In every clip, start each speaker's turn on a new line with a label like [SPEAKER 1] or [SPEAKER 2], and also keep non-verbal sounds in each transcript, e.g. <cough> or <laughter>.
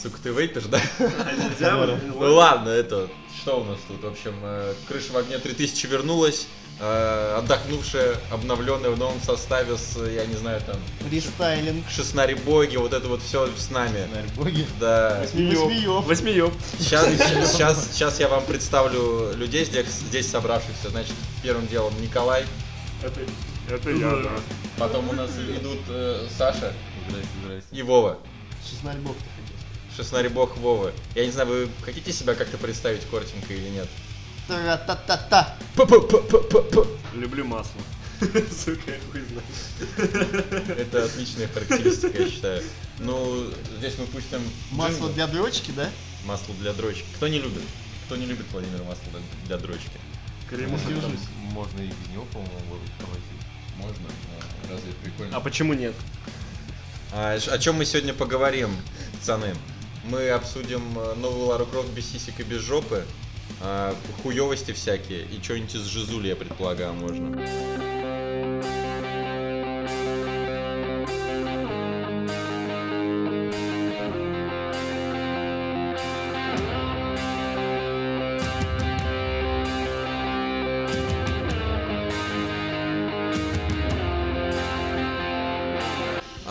[SPEAKER 1] Сука, ты вейпишь, да?
[SPEAKER 2] А нельзя вот-
[SPEAKER 1] Ну ладно, это, что у нас тут? В общем, э, крыша в огне 3000 вернулась, э, отдохнувшая, обновленная в новом составе с, э, я не знаю, там,
[SPEAKER 3] Рестайлинг.
[SPEAKER 1] Шеснари Боги, вот это вот все с нами.
[SPEAKER 3] Знарь боги.
[SPEAKER 1] Да.
[SPEAKER 3] Восьмиёб.
[SPEAKER 2] Восьмиёб.
[SPEAKER 1] Сейчас, сейчас, сейчас я вам представлю людей здесь, здесь собравшихся. Значит, первым делом Николай,
[SPEAKER 2] Это, это я, да.
[SPEAKER 1] потом у нас идут э, Саша и Вова.
[SPEAKER 3] Шестнарь бог ты хотел сказать.
[SPEAKER 1] Шеснари Бог Вовы. Я не знаю, вы хотите себя как-то представить коротенько или нет?
[SPEAKER 3] Тра-та-та-та.
[SPEAKER 1] П-п-п-п-п-п.
[SPEAKER 2] Люблю масло. Сука, я хуй знаю.
[SPEAKER 1] Это отличная характеристика, я считаю. Ну, здесь мы пустим
[SPEAKER 3] Масло
[SPEAKER 1] джингл.
[SPEAKER 3] для дрочки, да?
[SPEAKER 1] масло для дрочки. Кто не любит? Кто не любит Владимира масло для- для дрочки?
[SPEAKER 2] Крем.
[SPEAKER 3] Держись.
[SPEAKER 4] Можно и без него, по-моему, выбрать проводить.
[SPEAKER 1] Можно? но Разве прикольно?
[SPEAKER 2] А почему нет?
[SPEAKER 1] А, ж- о чем мы сегодня поговорим, пацаны? Мы обсудим э, новую Лару Крофт без сисек и без жопы, а, хуёвости всякие и что-нибудь из Жизули, я предполагаю, можно.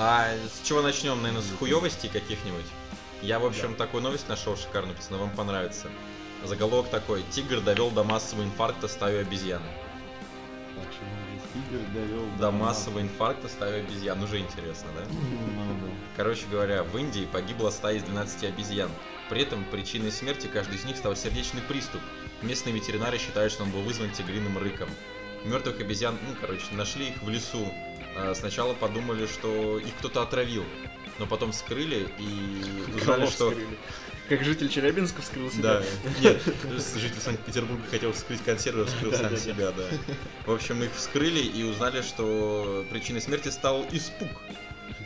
[SPEAKER 1] А с чего начнем, наверное, с хуёвостей каких-нибудь? Я, в общем, такую новость нашел шикарную, пацаны, вам понравится. Заголовок такой. Тигр довел до массового инфаркта стаю обезьян. До массового инфаркта стаю обезьян. Ну, Уже интересно, да? Короче говоря, в Индии погибла стая из 12 обезьян. При этом причиной смерти каждой из них стал сердечный приступ. Местные ветеринары считают, что он был вызван тигриным рыком. Мертвых обезьян, ну, короче, нашли их в лесу. А, Сначала подумали, что их кто-то отравил, но потом вскрыли и узнали, что...
[SPEAKER 2] Как житель Челябинска вскрыл себя.
[SPEAKER 1] Да, <laughs> нет, житель Санкт-Петербурга хотел вскрыть консервы, вскрыл сам себя, да. В общем, их вскрыли и узнали, что причиной смерти стал испуг,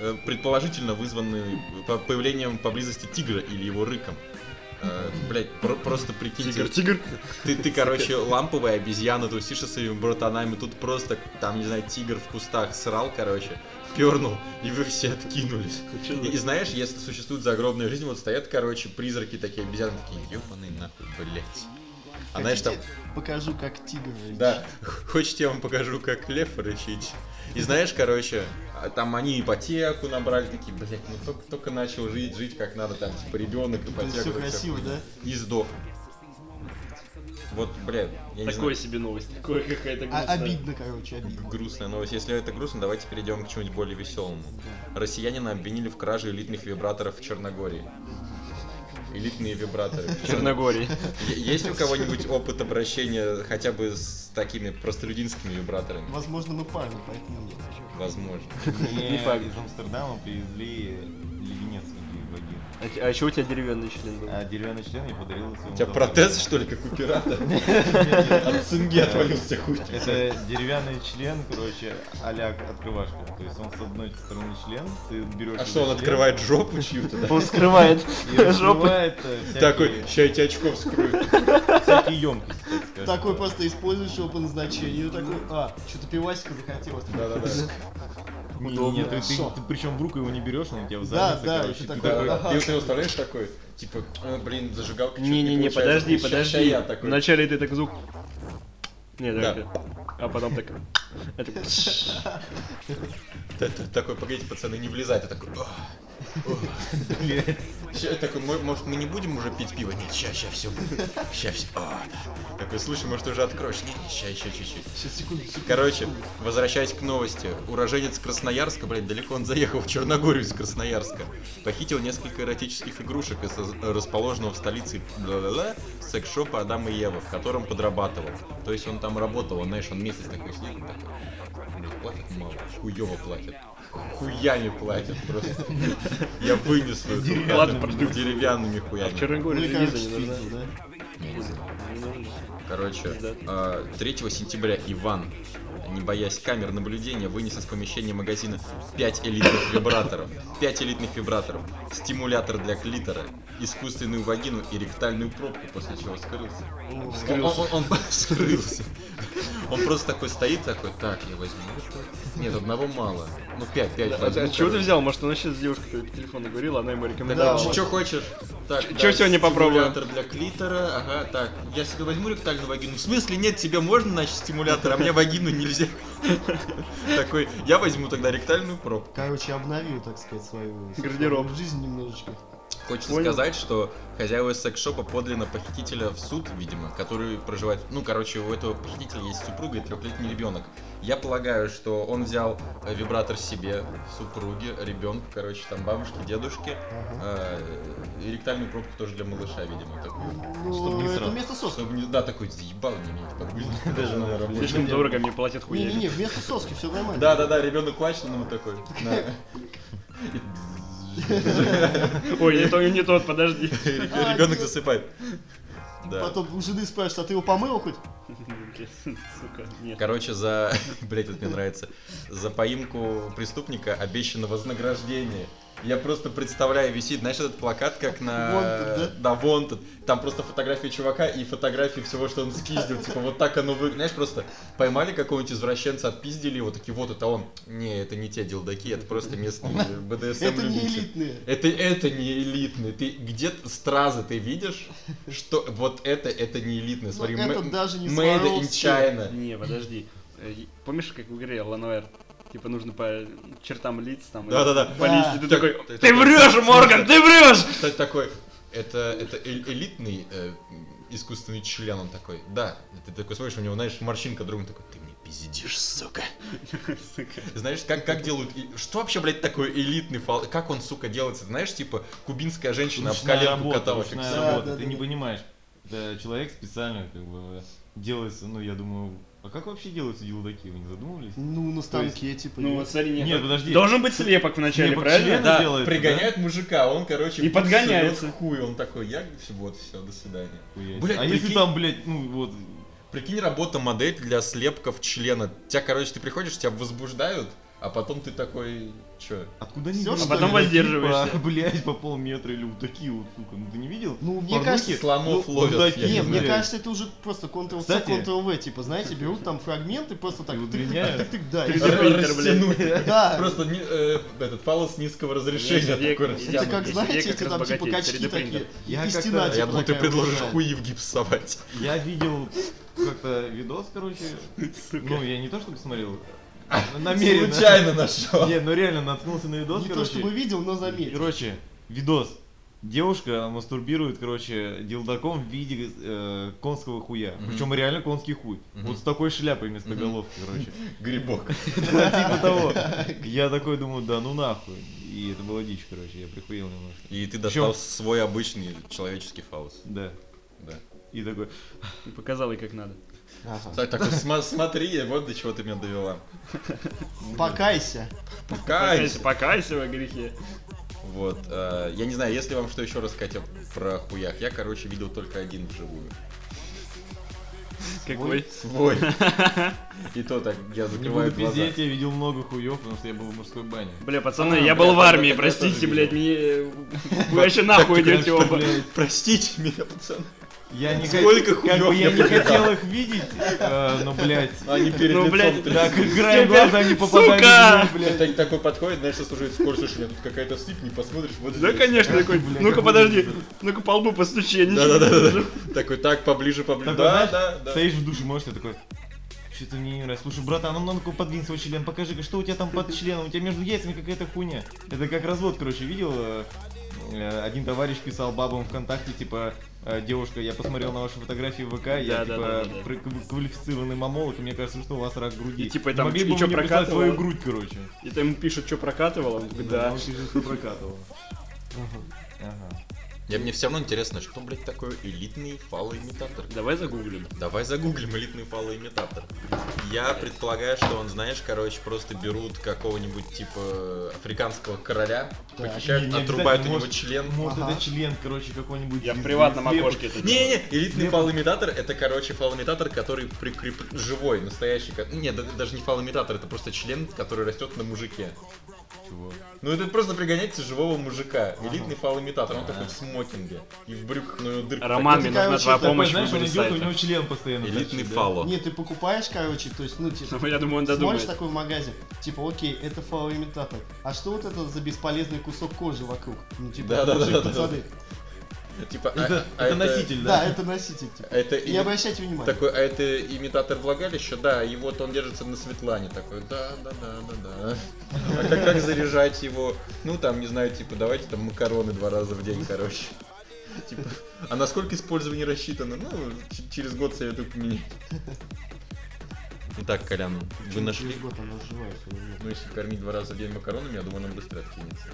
[SPEAKER 1] э, предположительно вызванный по- появлением поблизости тигра или его рыком. Э, Блять, про- просто прикиньте,
[SPEAKER 2] Тигр, тигр.
[SPEAKER 1] ты, ты, короче, ламповая обезьяна, тусишься со своими братанами, тут просто, там, не знаю, тигр в кустах срал, короче, пернул, и вы все откинулись.
[SPEAKER 2] Чё
[SPEAKER 1] И, и
[SPEAKER 2] за-
[SPEAKER 1] знаешь, если существует загробная жизнь, вот стоят, короче, призраки такие, обезьяны такие, ебаные нахуй, блять. А знаешь, там,
[SPEAKER 3] Хотите, Покажу, как тигр. рычит?
[SPEAKER 1] да, хочете я вам покажу, как лев рычить? И знаешь, короче, а там они ипотеку набрали, такие, блять, ну только, только начал жить, жить как надо, там, типа, ребенок,
[SPEAKER 3] Это
[SPEAKER 1] ипотека.
[SPEAKER 3] все красиво, да?
[SPEAKER 1] И сдох. Вот, блядь, я не
[SPEAKER 2] Такое
[SPEAKER 1] знаю.
[SPEAKER 2] себе новость. Такое какая-то
[SPEAKER 3] А-
[SPEAKER 2] грустная.
[SPEAKER 3] обидно, короче, обидно.
[SPEAKER 1] Грустная новость. Если это грустно, давайте перейдем к чему-нибудь более веселому. Россиянина обвинили в краже элитных вибраторов в Черногории. Элитные вибраторы.
[SPEAKER 2] В Черногории.
[SPEAKER 1] Е- Есть у кого-нибудь опыт обращения хотя бы с такими простолюдинскими вибраторами?
[SPEAKER 3] Возможно, мы парни, поэтому нет.
[SPEAKER 1] Возможно.
[SPEAKER 4] Мне
[SPEAKER 2] факт.
[SPEAKER 4] Э, из Амстердама привезли леденецкие вагины.
[SPEAKER 2] А ч- А еще у тебя деревянный член был?
[SPEAKER 4] А деревянный член я подарил своему
[SPEAKER 1] У тебя
[SPEAKER 4] другу.
[SPEAKER 1] протез, что ли, как у пирата? От цинги отвалился хуй.
[SPEAKER 4] Это деревянный член, короче, а-ля открывашка. То есть он с одной стороны член, ты берешь...
[SPEAKER 1] А
[SPEAKER 4] этот
[SPEAKER 1] что, он
[SPEAKER 4] член
[SPEAKER 1] открывает жопу чью-то, да?
[SPEAKER 2] Он <laughs> скрывает
[SPEAKER 4] И
[SPEAKER 2] жопу.
[SPEAKER 4] раскрывает э, всякие,
[SPEAKER 1] Такой, ща я тебе очков скрою.
[SPEAKER 4] всякие емкости, так скажем.
[SPEAKER 3] Такой просто используешь его по назначению, такой, а, что-то пивасика захотелось.
[SPEAKER 1] Да-да-да.
[SPEAKER 4] Не, не, ты,
[SPEAKER 3] Хорошо.
[SPEAKER 4] причем в руку его не берешь, он у тебя
[SPEAKER 3] Да,
[SPEAKER 4] задница,
[SPEAKER 3] да,
[SPEAKER 4] короче,
[SPEAKER 3] ты
[SPEAKER 4] ты
[SPEAKER 3] такой,
[SPEAKER 4] такой,
[SPEAKER 3] ага.
[SPEAKER 1] Ты вот его вставляешь такой, типа, «Э, блин, зажигалка чё-то
[SPEAKER 2] Не-не-не,
[SPEAKER 1] получается».
[SPEAKER 2] подожди,
[SPEAKER 1] И ща- ща
[SPEAKER 2] подожди.
[SPEAKER 1] я такой.
[SPEAKER 2] Вначале ты так звук. Не,
[SPEAKER 1] Да.
[SPEAKER 2] так. э, А потом <laughs> так. Это пш.
[SPEAKER 1] Т- т- Такой, погодите, пацаны, не влезать. Я такой, «Ох, ох». Ща я такой, «Мо- может, мы не будем уже пить пиво? Нет, ща, ща, все будет. Ща, все. Такой, слушай, может, ты уже откроешь? Нет, нет, ща, еще чуть-чуть.
[SPEAKER 3] Сейчас, секунду, секунду.
[SPEAKER 1] Короче, возвращаясь к новости. Уроженец Красноярска, блин, далеко он заехал в Черногорию из Красноярска. Похитил несколько эротических игрушек из раз- расположенного в столице бла-бла-бла секс-шопа Адама и Ева, в котором подрабатывал. То есть он там работал, он, знаешь, он месяц такой сидит, он такой, «Блин, платят мало, хуёво платят. Хуями платят просто. Я вынес свою
[SPEAKER 2] Деревянными.
[SPEAKER 1] деревянными
[SPEAKER 2] А в
[SPEAKER 1] хуями.
[SPEAKER 2] Черногории
[SPEAKER 3] Ну,
[SPEAKER 2] же
[SPEAKER 3] короче,
[SPEAKER 2] виза не нужна.
[SPEAKER 3] спиздил, да?
[SPEAKER 2] Не нужна.
[SPEAKER 1] Короче,
[SPEAKER 2] Да.
[SPEAKER 1] а, 3 сентября Иван не боясь камер наблюдения, вынес из помещения магазина 5 элитных вибраторов, 5 элитных вибраторов, стимулятор для клитора, искусственную вагину и ректальную пробку, после чего скрылся.
[SPEAKER 2] Вскрылся.
[SPEAKER 1] Он, он- <laughs> он скрылся. Он просто такой стоит, такой, так, я возьму. это». Нет, одного мало. Ну, пять, пять
[SPEAKER 2] А,
[SPEAKER 1] возьму.
[SPEAKER 2] а чего ты взял? Может, она сейчас с девушкой по телефону говорила, она ему
[SPEAKER 3] Да,
[SPEAKER 2] рекомендовала.
[SPEAKER 3] вот.
[SPEAKER 1] Че хочешь? Так,
[SPEAKER 2] Чё сегодня попробуем?
[SPEAKER 1] Стимулятор для клитора, ага, так. Я себе возьму ректальную вагину. В смысле, нет, тебе можно, значит, стимулятор, а
[SPEAKER 2] <laughs>
[SPEAKER 1] мне вагину нельзя. Такой, я возьму тогда ректальную пробку.
[SPEAKER 3] Короче, обновил, так сказать, свою
[SPEAKER 2] Гардероб.
[SPEAKER 3] жизнь немножечко.
[SPEAKER 1] Хочется
[SPEAKER 2] Понял.
[SPEAKER 1] сказать, что хозяева секс-шопа подлинно похитителя в суд, видимо, который проживает... Ну, короче, у этого похитителя есть супруга и трехлетний ребенок. Я полагаю, что он взял э, вибратор себе, супруге, ребенку, короче, там бабушке, дедушке.
[SPEAKER 3] Ага.
[SPEAKER 1] э, И ректальную пробку тоже для малыша, видимо, такую.
[SPEAKER 3] Ну,
[SPEAKER 4] Чтоб не
[SPEAKER 3] это
[SPEAKER 4] сразу.
[SPEAKER 3] вместо соски.
[SPEAKER 1] Чтобы не... Да, такой, заебал не меня подгузнить. Даже на работе».
[SPEAKER 2] Слишком дорого мне платят
[SPEAKER 3] Не-не-не,
[SPEAKER 2] хуями.
[SPEAKER 3] вместо соски, все нормально.
[SPEAKER 1] Да-да-да, ребенок плачет, но он такой. на.
[SPEAKER 2] Ой, не то, не тот, подожди.
[SPEAKER 1] И Ребенок засыпает. Да.
[SPEAKER 3] Потом у жены спрашивают, а ты его помыл хоть?
[SPEAKER 2] Сука, нет.
[SPEAKER 1] Короче, за... <laughs> Блять, это мне нравится. За поимку преступника обещано вознаграждение. Я просто представляю, висит, знаешь, этот плакат, как на...
[SPEAKER 3] Wanted,
[SPEAKER 1] да? Wanted. Там просто фотографии чувака и фотографии всего, что он спиздил. Типа, вот так оно выглядит. Знаешь, просто поймали какого-нибудь извращенца, отпиздили его, такие, вот это он. Не, это не те делдаки, это просто местные <laughs>
[SPEAKER 3] Это не
[SPEAKER 1] БДСМ-любители.
[SPEAKER 3] элитные.
[SPEAKER 1] Это, это не элитный. Ты где-то стразы ты видишь, что вот это, это не элитный.
[SPEAKER 3] Но
[SPEAKER 1] Смотри,
[SPEAKER 3] Ну, это
[SPEAKER 1] м-
[SPEAKER 3] даже не
[SPEAKER 1] made in
[SPEAKER 3] Swarovski.
[SPEAKER 1] China.
[SPEAKER 2] Не, подожди. Э, и- Помнишь, как в игре Лануэр? Типа нужно по чертам лиц там. и
[SPEAKER 1] Да-да-да.
[SPEAKER 2] По лицу, и ты
[SPEAKER 1] Да.
[SPEAKER 2] такой,
[SPEAKER 1] Ты
[SPEAKER 2] ты
[SPEAKER 1] такой,
[SPEAKER 2] врешь, Морган, ты врешь!
[SPEAKER 1] Та- такой, это, это э- элитный э, искусственный член, он такой, да. Ты такой смотришь, у него, знаешь, морщинка, друг он такой, ты мне пиздишь, сука.
[SPEAKER 2] Сука.
[SPEAKER 1] Знаешь, как, как делают, и- что вообще, блядь, такое элитный фал, как он, сука, делается, знаешь, типа, кубинская женщина об
[SPEAKER 4] Ручная
[SPEAKER 1] коленку
[SPEAKER 4] работа,
[SPEAKER 1] каталась. как
[SPEAKER 4] ручная
[SPEAKER 1] всегда.
[SPEAKER 3] Да,
[SPEAKER 4] работа.
[SPEAKER 3] да,
[SPEAKER 4] Ты
[SPEAKER 3] да,
[SPEAKER 4] не
[SPEAKER 3] да.
[SPEAKER 4] понимаешь. Это человек специально как бы делается, ну я думаю, а как вообще делаются делдаки, вы не задумывались?
[SPEAKER 3] Ну, на станке, типа.
[SPEAKER 2] Ну вот, смотри, нет.
[SPEAKER 4] Нет, подожди.
[SPEAKER 2] Должен быть слепок вначале,
[SPEAKER 4] Слепок
[SPEAKER 2] правильно?
[SPEAKER 4] члена.
[SPEAKER 1] Да,
[SPEAKER 2] <laughs>
[SPEAKER 4] делается,
[SPEAKER 1] пригоняет мужика, он, короче,
[SPEAKER 2] И подгоняется.
[SPEAKER 1] жрёт хуй, он такой, я, всё, вот, все, до свидания.
[SPEAKER 4] Хуя.
[SPEAKER 1] Блядь,
[SPEAKER 4] а если
[SPEAKER 1] прикинь.
[SPEAKER 4] там, блядь, ну вот,
[SPEAKER 1] Прикинь, работа модель для слепков члена. Тебя, короче, ты приходишь, тебя возбуждают, а потом ты такой, чё?
[SPEAKER 4] откуда они
[SPEAKER 3] Всё,
[SPEAKER 4] берут
[SPEAKER 3] что
[SPEAKER 2] ли? А потом
[SPEAKER 4] такие,
[SPEAKER 2] воздерживаешься.
[SPEAKER 4] по, <laughs> Блядь, по полметра или вот такие вот, сука, ну ты не видел?
[SPEAKER 3] Ну, мне
[SPEAKER 4] Порнухи?
[SPEAKER 3] кажется,
[SPEAKER 1] Слонов
[SPEAKER 4] ну,
[SPEAKER 1] ловят.
[SPEAKER 4] мудаки,
[SPEAKER 1] я не
[SPEAKER 3] Не,
[SPEAKER 4] блядь.
[SPEAKER 1] знаю.
[SPEAKER 3] мне кажется, это уже просто Ctrl-C,
[SPEAKER 4] Кстати-
[SPEAKER 3] Ctrl-V, типа, знаете, берут там фрагменты, просто так
[SPEAKER 4] И
[SPEAKER 3] тык
[SPEAKER 4] удлиняют.
[SPEAKER 3] тык тык да. и
[SPEAKER 2] Ты
[SPEAKER 3] всё.
[SPEAKER 2] где- принтер, блядь.
[SPEAKER 1] Растянуть.
[SPEAKER 3] Да.
[SPEAKER 1] Просто не- э, этот фалос низкого разрешения
[SPEAKER 2] Везде-
[SPEAKER 1] такой
[SPEAKER 2] везде
[SPEAKER 1] растянутый.
[SPEAKER 3] Это как,
[SPEAKER 2] Везде
[SPEAKER 3] знаете,
[SPEAKER 2] как
[SPEAKER 3] эти там типа
[SPEAKER 2] разбогатеть,
[SPEAKER 3] качки
[SPEAKER 2] 3D
[SPEAKER 3] такие,
[SPEAKER 2] принтер.
[SPEAKER 4] Я
[SPEAKER 3] и стена,
[SPEAKER 4] как-то-
[SPEAKER 1] Я
[SPEAKER 3] типа,
[SPEAKER 1] думал, ты
[SPEAKER 3] такая
[SPEAKER 1] предложишь
[SPEAKER 3] вот, да.
[SPEAKER 1] хуи в гипс совать.
[SPEAKER 4] Я видел как-то видос, короче, ну я не то чтобы смотрел, намеренно.
[SPEAKER 1] Случайно нашел.
[SPEAKER 4] <laughs> Не, ну реально наткнулся на видос,
[SPEAKER 3] Не то,
[SPEAKER 4] короче.
[SPEAKER 3] чтобы видел, но заметил.
[SPEAKER 4] Короче, видос. Девушка мастурбирует, короче, делдаком в виде э, конского хуя.
[SPEAKER 1] Мгм.
[SPEAKER 4] Причем реально конский хуй.
[SPEAKER 1] Мгм.
[SPEAKER 4] Вот с такой шляпой вместо
[SPEAKER 1] Мгм.
[SPEAKER 4] головки, короче.
[SPEAKER 1] <laughs> Грибок.
[SPEAKER 4] Да, Типа того. Я такой думаю, да ну нахуй. И это была дичь, короче, я прихуел немножко.
[SPEAKER 1] И ты достал
[SPEAKER 4] Чё?
[SPEAKER 1] свой обычный человеческий фалос.
[SPEAKER 4] Да.
[SPEAKER 1] Да.
[SPEAKER 4] И такой,
[SPEAKER 1] Ну.
[SPEAKER 2] И показал ей, как надо.
[SPEAKER 3] Ага.
[SPEAKER 1] Так, такой, «Сма- смотри, вот до чего ты меня довела.
[SPEAKER 3] Покайся.
[SPEAKER 1] Кайся.
[SPEAKER 2] покайся во грехе.
[SPEAKER 1] Вот, э, я не знаю, если вам что еще рассказать о- про хуях. Я, короче, видел только один вживую.
[SPEAKER 2] Какой?
[SPEAKER 4] <laughs>
[SPEAKER 1] Свой. И то так, я
[SPEAKER 4] не
[SPEAKER 1] закрываю
[SPEAKER 4] буду
[SPEAKER 1] глаза.
[SPEAKER 4] пиздеть, я видел много хуев, потому что я был в мужской бане.
[SPEAKER 2] Бля, пацаны,
[SPEAKER 1] А,
[SPEAKER 2] я
[SPEAKER 1] бля,
[SPEAKER 2] был в
[SPEAKER 1] тогда-
[SPEAKER 2] армии,
[SPEAKER 1] тогда я тоже
[SPEAKER 2] простите,
[SPEAKER 1] видел.
[SPEAKER 2] блядь,
[SPEAKER 1] <laughs>
[SPEAKER 2] мне... э, Вы вообще нахуй идете
[SPEAKER 4] Потому что,
[SPEAKER 2] оба.
[SPEAKER 4] блядь,
[SPEAKER 1] Простите меня, пацаны.
[SPEAKER 4] Я не
[SPEAKER 1] Сколько
[SPEAKER 4] хот- как
[SPEAKER 1] хуёв
[SPEAKER 4] бы я
[SPEAKER 1] я
[SPEAKER 4] не
[SPEAKER 1] повидал.
[SPEAKER 4] хотел их видеть, э, но, блядь,
[SPEAKER 1] Они А перед
[SPEAKER 2] Ну,
[SPEAKER 1] лицом
[SPEAKER 2] блядь,
[SPEAKER 1] трясут.
[SPEAKER 4] так играем глаза, они
[SPEAKER 2] Сука!
[SPEAKER 4] попадают. в меня,
[SPEAKER 1] Ты так- такой подходит, знаешь, что служит в курсе, что у меня тут какая-то сыпь, не посмотришь, вот
[SPEAKER 2] Да, конечно, такой,
[SPEAKER 4] бля,
[SPEAKER 2] ну-ка,
[SPEAKER 4] как
[SPEAKER 2] подожди, ну-ка, по лбу постучи, я ничего не
[SPEAKER 1] Да-да-да.
[SPEAKER 2] вижу.
[SPEAKER 1] Такой, так, поближе, поближе.
[SPEAKER 4] Такой,
[SPEAKER 1] Да,
[SPEAKER 4] знаешь,
[SPEAKER 1] да,
[SPEAKER 4] блядь.
[SPEAKER 1] да.
[SPEAKER 4] Стоишь в душе, можешь, я такой, что-то мне не нравится. Слушай, братан, а ну ну-ка подвинь свой член, покажи-ка, что у тебя там под членом, у тебя между яйцами какая-то хуйня. Это как развод, короче, видел? э, э, Один товарищ писал бабам ВКонтакте, типа, э, девушка, я посмотрел на ваши фотографии в ВК, я, типа,
[SPEAKER 2] Да-да-да-да-да.
[SPEAKER 4] пр- кв- квалифицированный мамолог, и мне кажется, что у вас рак груди.
[SPEAKER 2] И, типа,
[SPEAKER 4] Не
[SPEAKER 2] там,
[SPEAKER 4] могли
[SPEAKER 2] и
[SPEAKER 4] бы вы
[SPEAKER 2] чё,
[SPEAKER 4] мне прислать свою
[SPEAKER 2] прокатывало?
[SPEAKER 4] грудь, короче. Типа,
[SPEAKER 2] И там ему пишут, что прокатывал, он такой,
[SPEAKER 4] Он
[SPEAKER 2] да.
[SPEAKER 4] пишет, что прокатывал. Ага.
[SPEAKER 1] Я мне все равно интересно, что, блядь, такое элитный фалоимитатор.
[SPEAKER 2] Давай загуглим.
[SPEAKER 1] Давай загуглим элитный фалоимитатор. Я предполагаю, что он, знаешь, короче, просто берут какого-нибудь типа африканского короля,
[SPEAKER 3] Так,
[SPEAKER 1] похищают,
[SPEAKER 4] не- не
[SPEAKER 1] отрубают у
[SPEAKER 4] обязательно,
[SPEAKER 1] него
[SPEAKER 4] может-
[SPEAKER 1] член.
[SPEAKER 4] Может,
[SPEAKER 3] Ага.
[SPEAKER 4] это член, короче, какой-нибудь...
[SPEAKER 2] Я в
[SPEAKER 4] из-
[SPEAKER 2] приватном
[SPEAKER 4] из-
[SPEAKER 2] окошке это делаю.
[SPEAKER 1] Не-не, элитный
[SPEAKER 4] Не-
[SPEAKER 1] фалоимитатор это, короче, фалоимитатор, который прикреплен живой, настоящий. ко- Нет, это даже не фалоимитатор, это просто член, который растет на мужике. Ну это просто пригоняется живого мужика. Элитный фалоимитатор, он такой в смокинге. И в брюках, ну и дырка.
[SPEAKER 2] Роман,
[SPEAKER 1] такая.
[SPEAKER 2] мне
[SPEAKER 3] Короче,
[SPEAKER 2] нужна твоя
[SPEAKER 3] такой,
[SPEAKER 4] Такой,
[SPEAKER 2] помощь в
[SPEAKER 4] знаешь, он
[SPEAKER 2] выборе
[SPEAKER 4] идет, у него
[SPEAKER 2] сайта.
[SPEAKER 4] член постоянно.
[SPEAKER 1] Элитный
[SPEAKER 4] торчит, да.
[SPEAKER 1] фало.
[SPEAKER 3] Не, ты покупаешь, короче, то есть, ну, типа,
[SPEAKER 2] Я думаю, он
[SPEAKER 3] смотришь
[SPEAKER 2] додумает.
[SPEAKER 3] такой в магазин, типа, окей, это фалоимитатор. А что вот это за бесполезный кусок кожи вокруг? Ну, типа,
[SPEAKER 1] Да-да-да-да-да.
[SPEAKER 3] слушай, пацаны.
[SPEAKER 1] Типа, а-
[SPEAKER 4] Это,
[SPEAKER 1] а
[SPEAKER 4] это носитель,
[SPEAKER 3] Да,
[SPEAKER 4] да?
[SPEAKER 3] это носитель, типа.
[SPEAKER 1] а Это
[SPEAKER 3] И
[SPEAKER 1] ими-
[SPEAKER 3] обращайте внимание.
[SPEAKER 1] такой, а это имитатор влагалища, да, и вот он держится на Светлане такой, да, да, да, да, да. А как, как заряжать его? Ну там, не знаю, типа, давайте там макароны два раза в день, короче. Типа, а на сколько использование рассчитано? Ну, ч- через год советую поменять. Итак, Колян, вы
[SPEAKER 3] Почему
[SPEAKER 1] нашли?
[SPEAKER 3] через год она сживается, или нет?
[SPEAKER 1] Ну, если кормить два раза в день макаронами, я думаю, нам быстро откинется.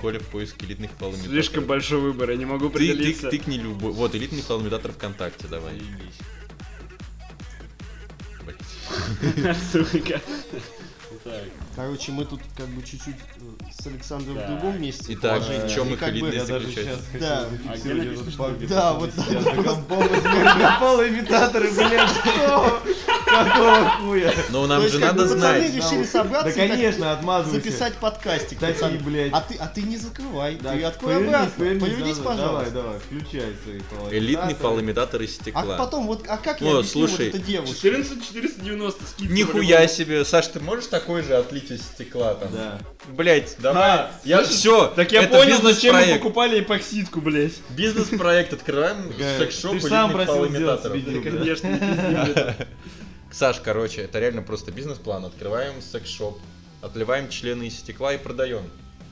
[SPEAKER 1] Коля в поиске элитных фалоимитаторов.
[SPEAKER 2] Слишком большой выбор, я не могу
[SPEAKER 1] Ты, ты,
[SPEAKER 2] определиться.
[SPEAKER 1] ты к не любой. Вот, элитный фалоимитатор ВКонтакте, давай. Блин.
[SPEAKER 2] Сука. Так.
[SPEAKER 3] Короче, мы тут как бы чуть-чуть э, с Александром
[SPEAKER 2] Да.
[SPEAKER 3] в другом месте.
[SPEAKER 1] Итак,
[SPEAKER 3] положили.
[SPEAKER 1] в чем
[SPEAKER 3] И
[SPEAKER 1] их
[SPEAKER 3] как а бы-
[SPEAKER 4] Я
[SPEAKER 1] элитность
[SPEAKER 4] даже
[SPEAKER 1] заключается?
[SPEAKER 4] сейчас
[SPEAKER 3] Да.
[SPEAKER 2] А
[SPEAKER 4] хочу зафиксировать
[SPEAKER 2] где
[SPEAKER 4] этот баг, где
[SPEAKER 3] Да,
[SPEAKER 4] подпись.
[SPEAKER 3] вот
[SPEAKER 4] Я
[SPEAKER 3] так
[SPEAKER 4] такой, «Бомба, смерть, фалоимитаторы, блядь, что? Какого хуя?
[SPEAKER 1] Но
[SPEAKER 3] То
[SPEAKER 1] Ну, нам
[SPEAKER 3] есть,
[SPEAKER 1] же
[SPEAKER 3] как бы
[SPEAKER 1] надо
[SPEAKER 3] пацаны
[SPEAKER 1] знать.
[SPEAKER 3] решили собраться
[SPEAKER 4] Да,
[SPEAKER 3] и так
[SPEAKER 4] конечно, отмазывайся.
[SPEAKER 3] записать подкастик.
[SPEAKER 4] Такие,
[SPEAKER 3] пацаны.
[SPEAKER 4] блядь.
[SPEAKER 3] А ты, а ты не закрывай,
[SPEAKER 4] Да,
[SPEAKER 3] ты открой
[SPEAKER 4] повернись,
[SPEAKER 3] обратно.
[SPEAKER 4] повернись
[SPEAKER 3] Повернись,
[SPEAKER 4] назад.
[SPEAKER 3] пожалуйста.
[SPEAKER 4] Давай, давай, включай свои фалоимитаторы.
[SPEAKER 1] Элитный фалоимитатор из
[SPEAKER 3] А
[SPEAKER 1] стекла.
[SPEAKER 3] потом, вот, а как я
[SPEAKER 1] Вот,
[SPEAKER 3] объясню
[SPEAKER 1] слушай,
[SPEAKER 3] вот это девушке?
[SPEAKER 2] 14 490 скидка.
[SPEAKER 1] Нихуя себе. Саш, ты можешь такой же отлить из стекла там?
[SPEAKER 4] Да.
[SPEAKER 1] Блять, давай. Я
[SPEAKER 2] слышишь?
[SPEAKER 1] все.
[SPEAKER 2] Так я
[SPEAKER 1] это
[SPEAKER 2] понял, зачем мы
[SPEAKER 1] бизнес-проект.
[SPEAKER 2] покупали эпоксидку, блядь.
[SPEAKER 1] Бизнес-проект. Открываем
[SPEAKER 4] Такая,
[SPEAKER 1] секс-шоп
[SPEAKER 4] ты ж сам
[SPEAKER 1] элитных
[SPEAKER 4] просил
[SPEAKER 1] фалоимитаторов.
[SPEAKER 4] сделать видео.
[SPEAKER 2] Конечно, не пизди,
[SPEAKER 3] <laughs>
[SPEAKER 2] блядь.
[SPEAKER 1] Саш, короче, это реально просто бизнес-план. Открываем секс-шоп, отливаем члены из стекла и продаем.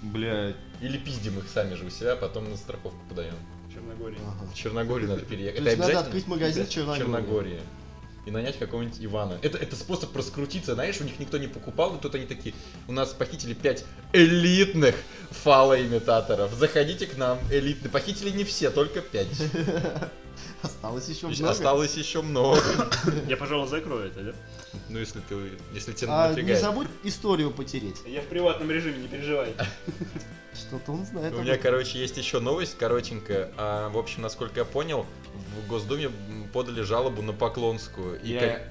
[SPEAKER 4] Блядь.
[SPEAKER 1] Или пиздим их сами же у себя, потом на страховку подаем.
[SPEAKER 2] Черногория.
[SPEAKER 1] В Черногорию надо переехать.
[SPEAKER 3] То
[SPEAKER 1] Это
[SPEAKER 3] есть надо
[SPEAKER 1] обязательно
[SPEAKER 3] открыть магазин в
[SPEAKER 1] в
[SPEAKER 3] Черногории.
[SPEAKER 1] Черногории. И нанять какого-нибудь Ивана. Это, это способ раскрутиться, знаешь, у них никто не покупал, и тут они такие, у нас похитили 5 элитных фалоимитаторов. Заходите к нам, элитные. Похитили не все, только 5.
[SPEAKER 3] <laughs> Осталось еще много.
[SPEAKER 1] Осталось еще много.
[SPEAKER 2] Я, пожалуй, закрою это, да?
[SPEAKER 1] Ну, если ты, если тебя
[SPEAKER 3] А не
[SPEAKER 1] напрягает.
[SPEAKER 3] забудь историю потереть.
[SPEAKER 2] Я в приватном режиме, не переживай.
[SPEAKER 3] Что-то он знает.
[SPEAKER 1] У
[SPEAKER 3] об
[SPEAKER 1] меня,
[SPEAKER 3] этом.
[SPEAKER 1] короче, есть еще новость коротенькая. А, в общем, насколько я понял, в Госдуме м, подали жалобу на Поклонскую. И
[SPEAKER 4] Я-
[SPEAKER 1] ко-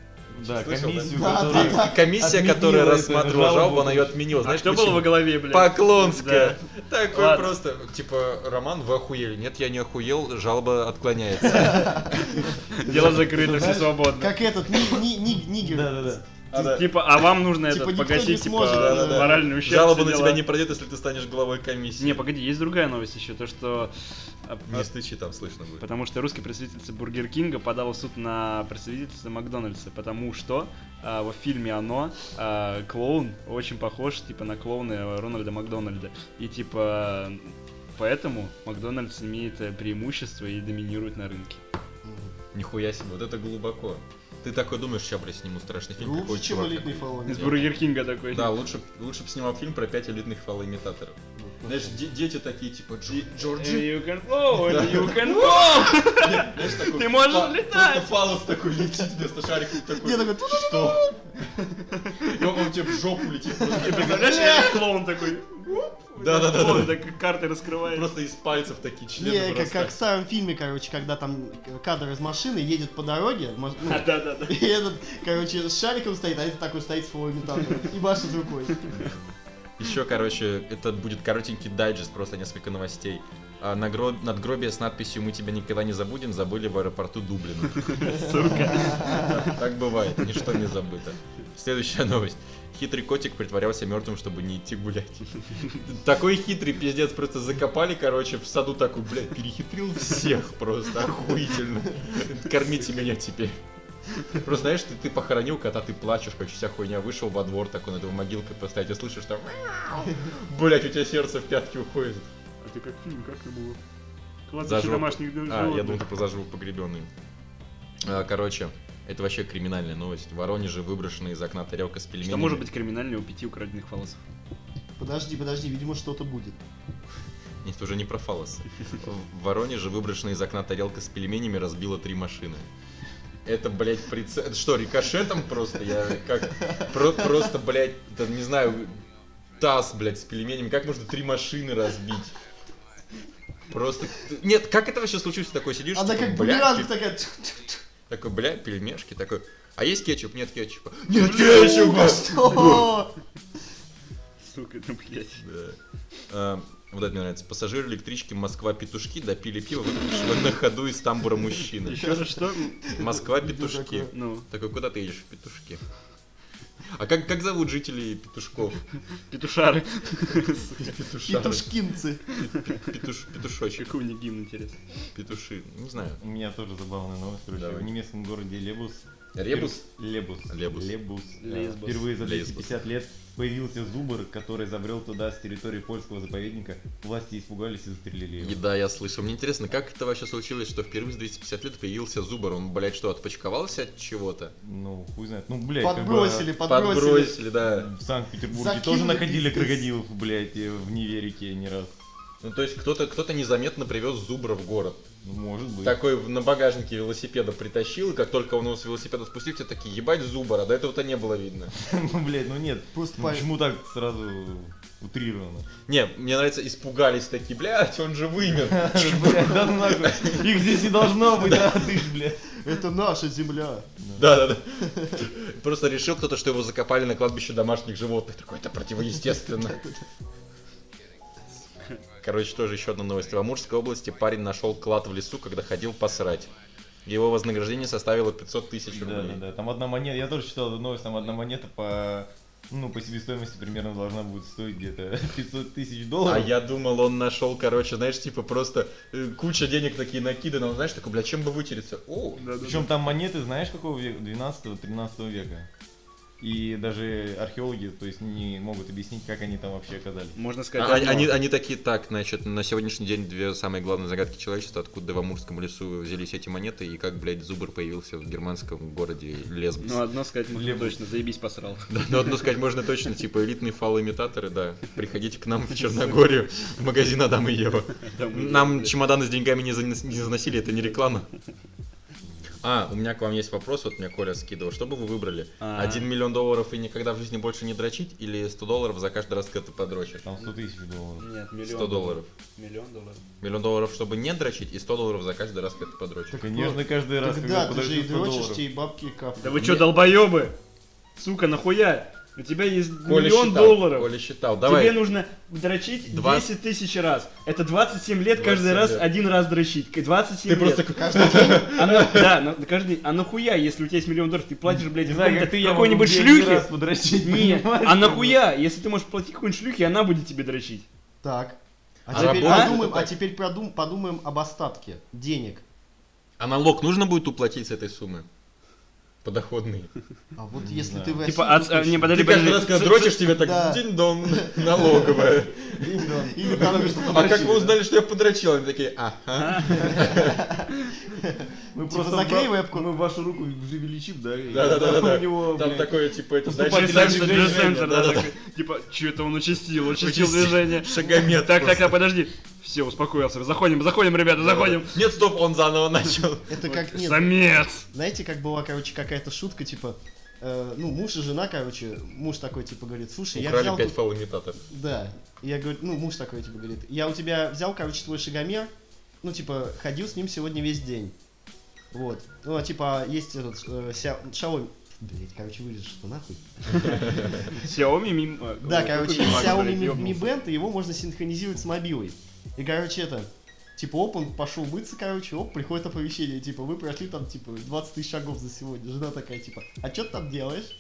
[SPEAKER 4] Да,
[SPEAKER 1] слышал, да?
[SPEAKER 4] комиссию,
[SPEAKER 3] Да,
[SPEAKER 4] которая-
[SPEAKER 1] и комиссия,
[SPEAKER 4] Отменила
[SPEAKER 1] которая
[SPEAKER 4] эту
[SPEAKER 1] рассматривала
[SPEAKER 4] жалобу.
[SPEAKER 1] жалобу, она ее отменила.
[SPEAKER 2] А
[SPEAKER 1] Знаешь,
[SPEAKER 2] что было
[SPEAKER 1] почему?
[SPEAKER 2] во голове, блядь?
[SPEAKER 1] Поклонская. Такой
[SPEAKER 2] Ладно.
[SPEAKER 1] просто. Типа, Роман, вы охуели. Нет, я не охуел, жалоба отклоняется.
[SPEAKER 2] Дело закрыто, все
[SPEAKER 3] Знаешь,
[SPEAKER 2] свободно.
[SPEAKER 3] Как этот, ни, ни, ни, нигер.
[SPEAKER 4] Да-да-да.
[SPEAKER 2] Типа, а вам нужно
[SPEAKER 3] Типа,
[SPEAKER 2] этот
[SPEAKER 3] никто не
[SPEAKER 2] погасить, типа,
[SPEAKER 3] сможет, да-да-да.
[SPEAKER 2] моральный ущерб.
[SPEAKER 1] Жалоба
[SPEAKER 2] все
[SPEAKER 1] на
[SPEAKER 2] дела.
[SPEAKER 1] тебя не пройдет, если ты станешь главой комиссии.
[SPEAKER 2] Не, погоди, есть другая новость еще, то что... а,
[SPEAKER 1] Не стучи, там слышно будет.
[SPEAKER 2] Потому что русский представитель Бургер Кинга подал в суд на представительство Макдональдса, потому что а, во фильме «Оно» а, клоун очень похож, типа, на клоуны Рональда Макдональда. И, типа, поэтому Макдональдс имеет э, преимущество и доминирует на рынке.
[SPEAKER 1] Нихуя себе, вот это глубоко. Ты такой думаешь, сейчас, блядь, сниму страшный фильм. какой
[SPEAKER 3] Лучше, чем
[SPEAKER 1] чувак
[SPEAKER 3] элитный
[SPEAKER 1] такой».
[SPEAKER 3] фалон.
[SPEAKER 2] Из Бургер Кинга такой.
[SPEAKER 1] Да, лучше, лучше бы снимал фильм про пять элитных фалоимитаторов. Знаешь, де- дети такие, типа, Джо- Джорджи,
[SPEAKER 2] Э, You can flow, and you can flow!
[SPEAKER 1] знаешь, такой
[SPEAKER 2] Ты можешь
[SPEAKER 1] фа-
[SPEAKER 2] летать!
[SPEAKER 1] Просто фалос такой летит вместо шариков такой.
[SPEAKER 3] <laughs> Я такой, «Ту-ту-ту-ту-ту».
[SPEAKER 1] Что? И он он тебе в жопу летит.
[SPEAKER 2] Ты
[SPEAKER 1] просто.
[SPEAKER 2] представляешь, реально клоун такой...
[SPEAKER 1] Да-да-да.
[SPEAKER 2] Клоун так карты раскрывает.
[SPEAKER 1] Просто из пальцев такие
[SPEAKER 3] Не,
[SPEAKER 1] члены
[SPEAKER 3] как, как в
[SPEAKER 1] вырастают.
[SPEAKER 3] старом фильме, короче, когда там кадр из машины едет по дороге, маш- ну, <laughs>
[SPEAKER 2] А, Да-да-да.
[SPEAKER 3] и этот, короче, с шариком стоит, а этот такой стоит с фалоимитатором и машет рукой.
[SPEAKER 1] Еще, короче, это будет коротенький дайджест, просто несколько новостей. А, нагро- надгробие с надписью «Мы тебя никогда не забудем» забыли в аэропорту Дублина. Да, Так бывает, ничто не забыто. Следующая новость. Хитрый котик притворялся мертвым, чтобы не идти гулять. Такой хитрый пиздец просто закопали, короче, в саду такой, блядь, перехитрил всех просто, охуительно. Кормите меня теперь. Просто знаешь, ты, ты похоронил кота, ты плачешь, короче, вся хуйня вышел во двор, такой над его могилкой поставить, и слышишь там, блять, у тебя сердце в пятки уходит.
[SPEAKER 2] А ты как фильм, как это было? Кладбище
[SPEAKER 1] Зажопы.
[SPEAKER 2] домашних
[SPEAKER 1] А, я думал,
[SPEAKER 2] животных.
[SPEAKER 1] ты про заживо погребенный. А, Короче, это вообще криминальная новость. В Воронеже выброшена из окна тарелка с пельменями.
[SPEAKER 2] Что может быть криминальнее у пяти украденных волосов?
[SPEAKER 3] Подожди, подожди, видимо, что-то будет.
[SPEAKER 1] Нет, уже не про фалос. В Воронеже выброшенная из окна тарелка с пельменями разбила три машины. Это, блядь, прицел... это Что, рикошетом просто? Я как... про- просто, блядь, да не знаю, таз, блядь, с пельменями. Как можно три машины разбить? Просто... Нет, как это вообще случилось? Ты Такой сидишь,
[SPEAKER 3] Она
[SPEAKER 1] типа,
[SPEAKER 3] как
[SPEAKER 1] «Бля,
[SPEAKER 3] бумеранг
[SPEAKER 1] пи-
[SPEAKER 3] такая. тьф-тьф-тьф.
[SPEAKER 1] Такой, бля, пельмешки, такой... А есть кетчуп? Нет кетчупа. Нет
[SPEAKER 3] <laughs>
[SPEAKER 1] кетчупа!
[SPEAKER 3] Что?
[SPEAKER 2] Сука, ну, блядь.
[SPEAKER 1] Да. А, Вот это мне нравится. Пассажиры электрички Москва-петушки допили пиво, выпившего на ходу из тамбура мужчины.
[SPEAKER 2] Еще раз что?
[SPEAKER 1] Москва-петушки.
[SPEAKER 3] такое.
[SPEAKER 2] Ну,
[SPEAKER 1] Такой, куда ты едешь в петушке? А как, как зовут жителей петушков?
[SPEAKER 2] петушары.
[SPEAKER 1] Петушары.
[SPEAKER 3] Петушкинцы.
[SPEAKER 1] Петуш, петушочек.
[SPEAKER 2] Какой у них гимн, интересно.
[SPEAKER 1] Петуши. Не знаю.
[SPEAKER 4] У меня тоже забавная новость, короче.
[SPEAKER 1] Давай.
[SPEAKER 4] В немецком городе Лебус.
[SPEAKER 1] Ребус?
[SPEAKER 4] Лебус.
[SPEAKER 1] Лебус.
[SPEAKER 4] Лебус. э,
[SPEAKER 2] Лесбос.
[SPEAKER 4] Впервые за
[SPEAKER 1] Лесбос.
[SPEAKER 4] 250 лет появился зубр, который забрел туда с территории польского заповедника. Власти испугались и застрелили его.
[SPEAKER 1] И да, я слышал. Мне интересно, как это вообще случилось, что впервые за 250 лет появился зубр? Он, блядь, что, отпочковался от чего-то?
[SPEAKER 4] Ну, хуй знает. Ну, блядь, как бы,
[SPEAKER 3] Подбросили, подбросили.
[SPEAKER 1] Подбросили, да.
[SPEAKER 4] В Санкт-Петербурге
[SPEAKER 3] Закинули
[SPEAKER 4] тоже находили
[SPEAKER 3] пиздец.
[SPEAKER 4] крокодилов, блядь, э, в Неверике не раз.
[SPEAKER 1] Ну, то есть кто-то кто незаметно привез зубра в город.
[SPEAKER 4] Ну, может быть.
[SPEAKER 1] Такой на багажнике велосипеда притащил, и как только он его с велосипеда спустил, все такие, ебать, зубра, а до этого-то не было видно.
[SPEAKER 4] <laughs> ну, блядь, ну нет.
[SPEAKER 3] Просто
[SPEAKER 4] Ну,
[SPEAKER 3] по-
[SPEAKER 4] почему так сразу
[SPEAKER 3] <laughs>
[SPEAKER 4] утрировано? <laughs>
[SPEAKER 1] Не, мне нравится, испугались такие, блядь, он же вымер.
[SPEAKER 4] Блядь, да ну нахуй. Их здесь и должно быть, да, ты ж, блядь.
[SPEAKER 3] Это наша земля.
[SPEAKER 1] Да, да, да. Просто решил кто-то, что его закопали на кладбище домашних животных. Такой, это противоестественно. Короче, тоже еще одна новость. В Амурской области парень нашел клад в лесу, когда ходил посрать. Его вознаграждение составило 500 тысяч
[SPEAKER 4] Да, да,
[SPEAKER 1] рублей.
[SPEAKER 4] да. Там одна монета, я тоже читал эту новость, там одна монета по ну, по себестоимости примерно должна будет стоить где-то <laughs> 500 тысяч долларов.
[SPEAKER 1] А я думал, он нашел, короче, знаешь, типа просто э, куча денег такие накидано. Он, знаешь, такой, бля, чем бы вытереться? О,
[SPEAKER 4] Причем там монеты, знаешь, какого века? 12-13 века. И даже археологи, то есть, не могут объяснить, как они там вообще оказались.
[SPEAKER 2] Можно сказать,
[SPEAKER 1] А-
[SPEAKER 2] одно.
[SPEAKER 1] Они, они такие так, значит, на сегодняшний день две самые главные загадки человечества, откуда в Амурском лесу взялись эти монеты и как, блядь, зубр появился в германском городе Лесбос.
[SPEAKER 2] Ну, одно сказать можно
[SPEAKER 4] Лебус.
[SPEAKER 2] точно, заебись посрал.
[SPEAKER 1] Да, ну, одно сказать можно точно, типа элитные фалоимитаторы, да. Приходите к нам в Черногорию, в магазин Адам и Ева. Нам чемоданы с деньгами не, занес- не заносили, это не реклама. А, у меня к вам есть вопрос, вот мне Коля скидывал. Что бы вы выбрали?
[SPEAKER 2] А.
[SPEAKER 1] Один миллион долларов и никогда в жизни больше не дрочить? Или 100 долларов за каждый раз, когда ты подрочишь?
[SPEAKER 4] Там 100 тысяч долларов.
[SPEAKER 2] Нет, миллион.
[SPEAKER 1] 100 долларов.
[SPEAKER 2] Миллион долларов.
[SPEAKER 1] Миллион долларов, чтобы не дрочить, и 100 долларов за каждый раз, когда ты подрочишь.
[SPEAKER 4] Конечно, каждый раз, когда
[SPEAKER 3] Тогда ты же
[SPEAKER 4] подожди
[SPEAKER 3] и
[SPEAKER 4] 100
[SPEAKER 3] дрочишь,
[SPEAKER 4] долларов.
[SPEAKER 3] тебе и бабки капают.
[SPEAKER 2] Да вы
[SPEAKER 1] Нет.
[SPEAKER 2] чё, долбоёбы? Сука, нахуя? У тебя есть
[SPEAKER 1] Коля
[SPEAKER 2] миллион
[SPEAKER 1] считал,
[SPEAKER 2] долларов.
[SPEAKER 1] Коля считал. Давай.
[SPEAKER 2] Тебе ну- нужно дрочить
[SPEAKER 1] Двадцать-
[SPEAKER 2] 10 тысяч раз. Это 27 лет каждый
[SPEAKER 1] 27
[SPEAKER 2] раз
[SPEAKER 1] лет.
[SPEAKER 2] один раз дрочить. К- 27
[SPEAKER 1] Ты
[SPEAKER 2] лет.
[SPEAKER 1] просто...
[SPEAKER 3] Каждый день
[SPEAKER 2] <laughs> А на- да, на, на каждый день. А нахуя, если у тебя есть миллион долларов, ты платишь, блядь,
[SPEAKER 4] Не знаю,
[SPEAKER 2] какому-то-
[SPEAKER 4] как ты, я могу
[SPEAKER 2] какой-нибудь
[SPEAKER 4] 10
[SPEAKER 2] шлюхе?
[SPEAKER 4] раз
[SPEAKER 3] <laughs>
[SPEAKER 4] подрочить,
[SPEAKER 2] Не,
[SPEAKER 4] понимаешь,
[SPEAKER 2] а
[SPEAKER 4] как бы?
[SPEAKER 2] нахуя, если ты можешь платить какой-нибудь шлюхе, и она будет тебе дрочить.
[SPEAKER 3] Так. А,
[SPEAKER 1] А
[SPEAKER 3] теперь,
[SPEAKER 1] работает
[SPEAKER 3] подумаем,
[SPEAKER 1] это
[SPEAKER 3] а
[SPEAKER 1] так?
[SPEAKER 3] теперь продум- подумаем об остатке денег.
[SPEAKER 1] А налог нужно будет уплатить с этой суммы? Подоходный.
[SPEAKER 3] А вот
[SPEAKER 4] Не
[SPEAKER 3] если
[SPEAKER 4] знаю.
[SPEAKER 3] ты в
[SPEAKER 2] Типа, а, а, не, подожди,
[SPEAKER 1] Ты каждый раз,
[SPEAKER 2] подожди.
[SPEAKER 1] когда дрочишь, тебе
[SPEAKER 3] Да.
[SPEAKER 1] так динь-дон, <laughs> налоговая.
[SPEAKER 3] <laughs> Или там, что
[SPEAKER 2] Ну,
[SPEAKER 1] А как
[SPEAKER 3] подрочили,
[SPEAKER 1] вы узнали, что я подрочил? Они такие, ага.
[SPEAKER 4] Мы
[SPEAKER 3] Типа,
[SPEAKER 4] просто
[SPEAKER 3] закрой
[SPEAKER 4] закрой
[SPEAKER 3] вебку.
[SPEAKER 4] Мы вашу руку вживили чип, да? и
[SPEAKER 1] Да-да-да-да.
[SPEAKER 4] У него,
[SPEAKER 1] Там
[SPEAKER 4] блядь,
[SPEAKER 1] такое, типа, это знаешь,
[SPEAKER 4] Поступательный
[SPEAKER 1] сенсор-
[SPEAKER 4] движение,
[SPEAKER 1] сенсор, да-да-да.
[SPEAKER 2] Типа, что это он участил, участил
[SPEAKER 1] Участил.
[SPEAKER 2] движение.
[SPEAKER 1] Шагомет
[SPEAKER 2] Так, так,
[SPEAKER 1] просто.
[SPEAKER 2] так, подожди. Все, успокоился. Заходим, заходим, ребята, заходим.
[SPEAKER 1] Нет, стоп, он заново начал.
[SPEAKER 3] Это как нет.
[SPEAKER 2] Самец.
[SPEAKER 3] Знаете, как была, короче, какая-то шутка, типа, э, ну, муж и жена, короче, муж такой, типа, говорит, слушай, я
[SPEAKER 1] Украли
[SPEAKER 3] взял...
[SPEAKER 1] 5
[SPEAKER 3] тут-
[SPEAKER 1] фалоимитаторов.
[SPEAKER 3] Да. Я говорю, ну, муж такой, типа, говорит, я у тебя взял, короче, твой шагомер, ну, типа, ходил с ним сегодня весь день. Вот. Ну, а, типа, есть этот, э, Xiao- Xiaomi... Блять, короче, вылез, что нахуй.
[SPEAKER 2] Xiaomi Mi... а,
[SPEAKER 3] Да,
[SPEAKER 2] какой-
[SPEAKER 3] короче,
[SPEAKER 2] какой
[SPEAKER 3] есть
[SPEAKER 2] чувак,
[SPEAKER 3] Xiaomi
[SPEAKER 2] блядь,
[SPEAKER 3] Mi, Mi
[SPEAKER 2] ёбнулся.
[SPEAKER 3] Band, и его можно синхронизировать с мобилой. И, короче, это, типа, оп, он пошел мыться, короче, оп, приходит оповещение, типа, вы прошли там, типа, 20 тысяч шагов за сегодня. Жена такая, типа, а что ты там делаешь?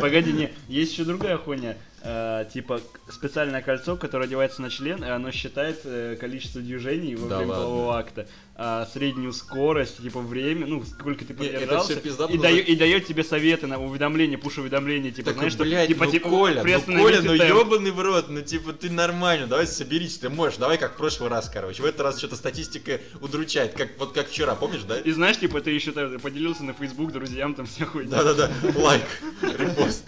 [SPEAKER 2] Погоди, не, есть еще другая хуйня. Э, типа к- специальное кольцо, которое одевается на член, и оно считает э, количество движений во
[SPEAKER 1] Да
[SPEAKER 2] время
[SPEAKER 1] ладно.
[SPEAKER 2] полового акта. А, среднюю скорость, типа время, ну, сколько ты
[SPEAKER 1] Не, это
[SPEAKER 2] продержался.
[SPEAKER 1] всё пиздато,
[SPEAKER 2] и,
[SPEAKER 1] но-
[SPEAKER 2] дает, и дает тебе советы на уведомления, пуш-уведомления, типа,
[SPEAKER 1] Так,
[SPEAKER 2] знаешь, что,
[SPEAKER 1] блядь,
[SPEAKER 2] типа,
[SPEAKER 1] ну,
[SPEAKER 2] типа,
[SPEAKER 1] Коля, ну,
[SPEAKER 2] приостановите
[SPEAKER 1] Коля, ну,
[SPEAKER 2] темп.
[SPEAKER 1] ёбаный в рот, ну, типа, ты нормально, давай соберись, ты можешь, давай как в прошлый раз, короче. В этот раз что-то статистика удручает, как, вот как вчера, помнишь, да?
[SPEAKER 2] И знаешь, типа, ты еще так поделился на Facebook друзьям, там вся хуйня. <laughs>
[SPEAKER 1] Да-да-да, Лайк, репост.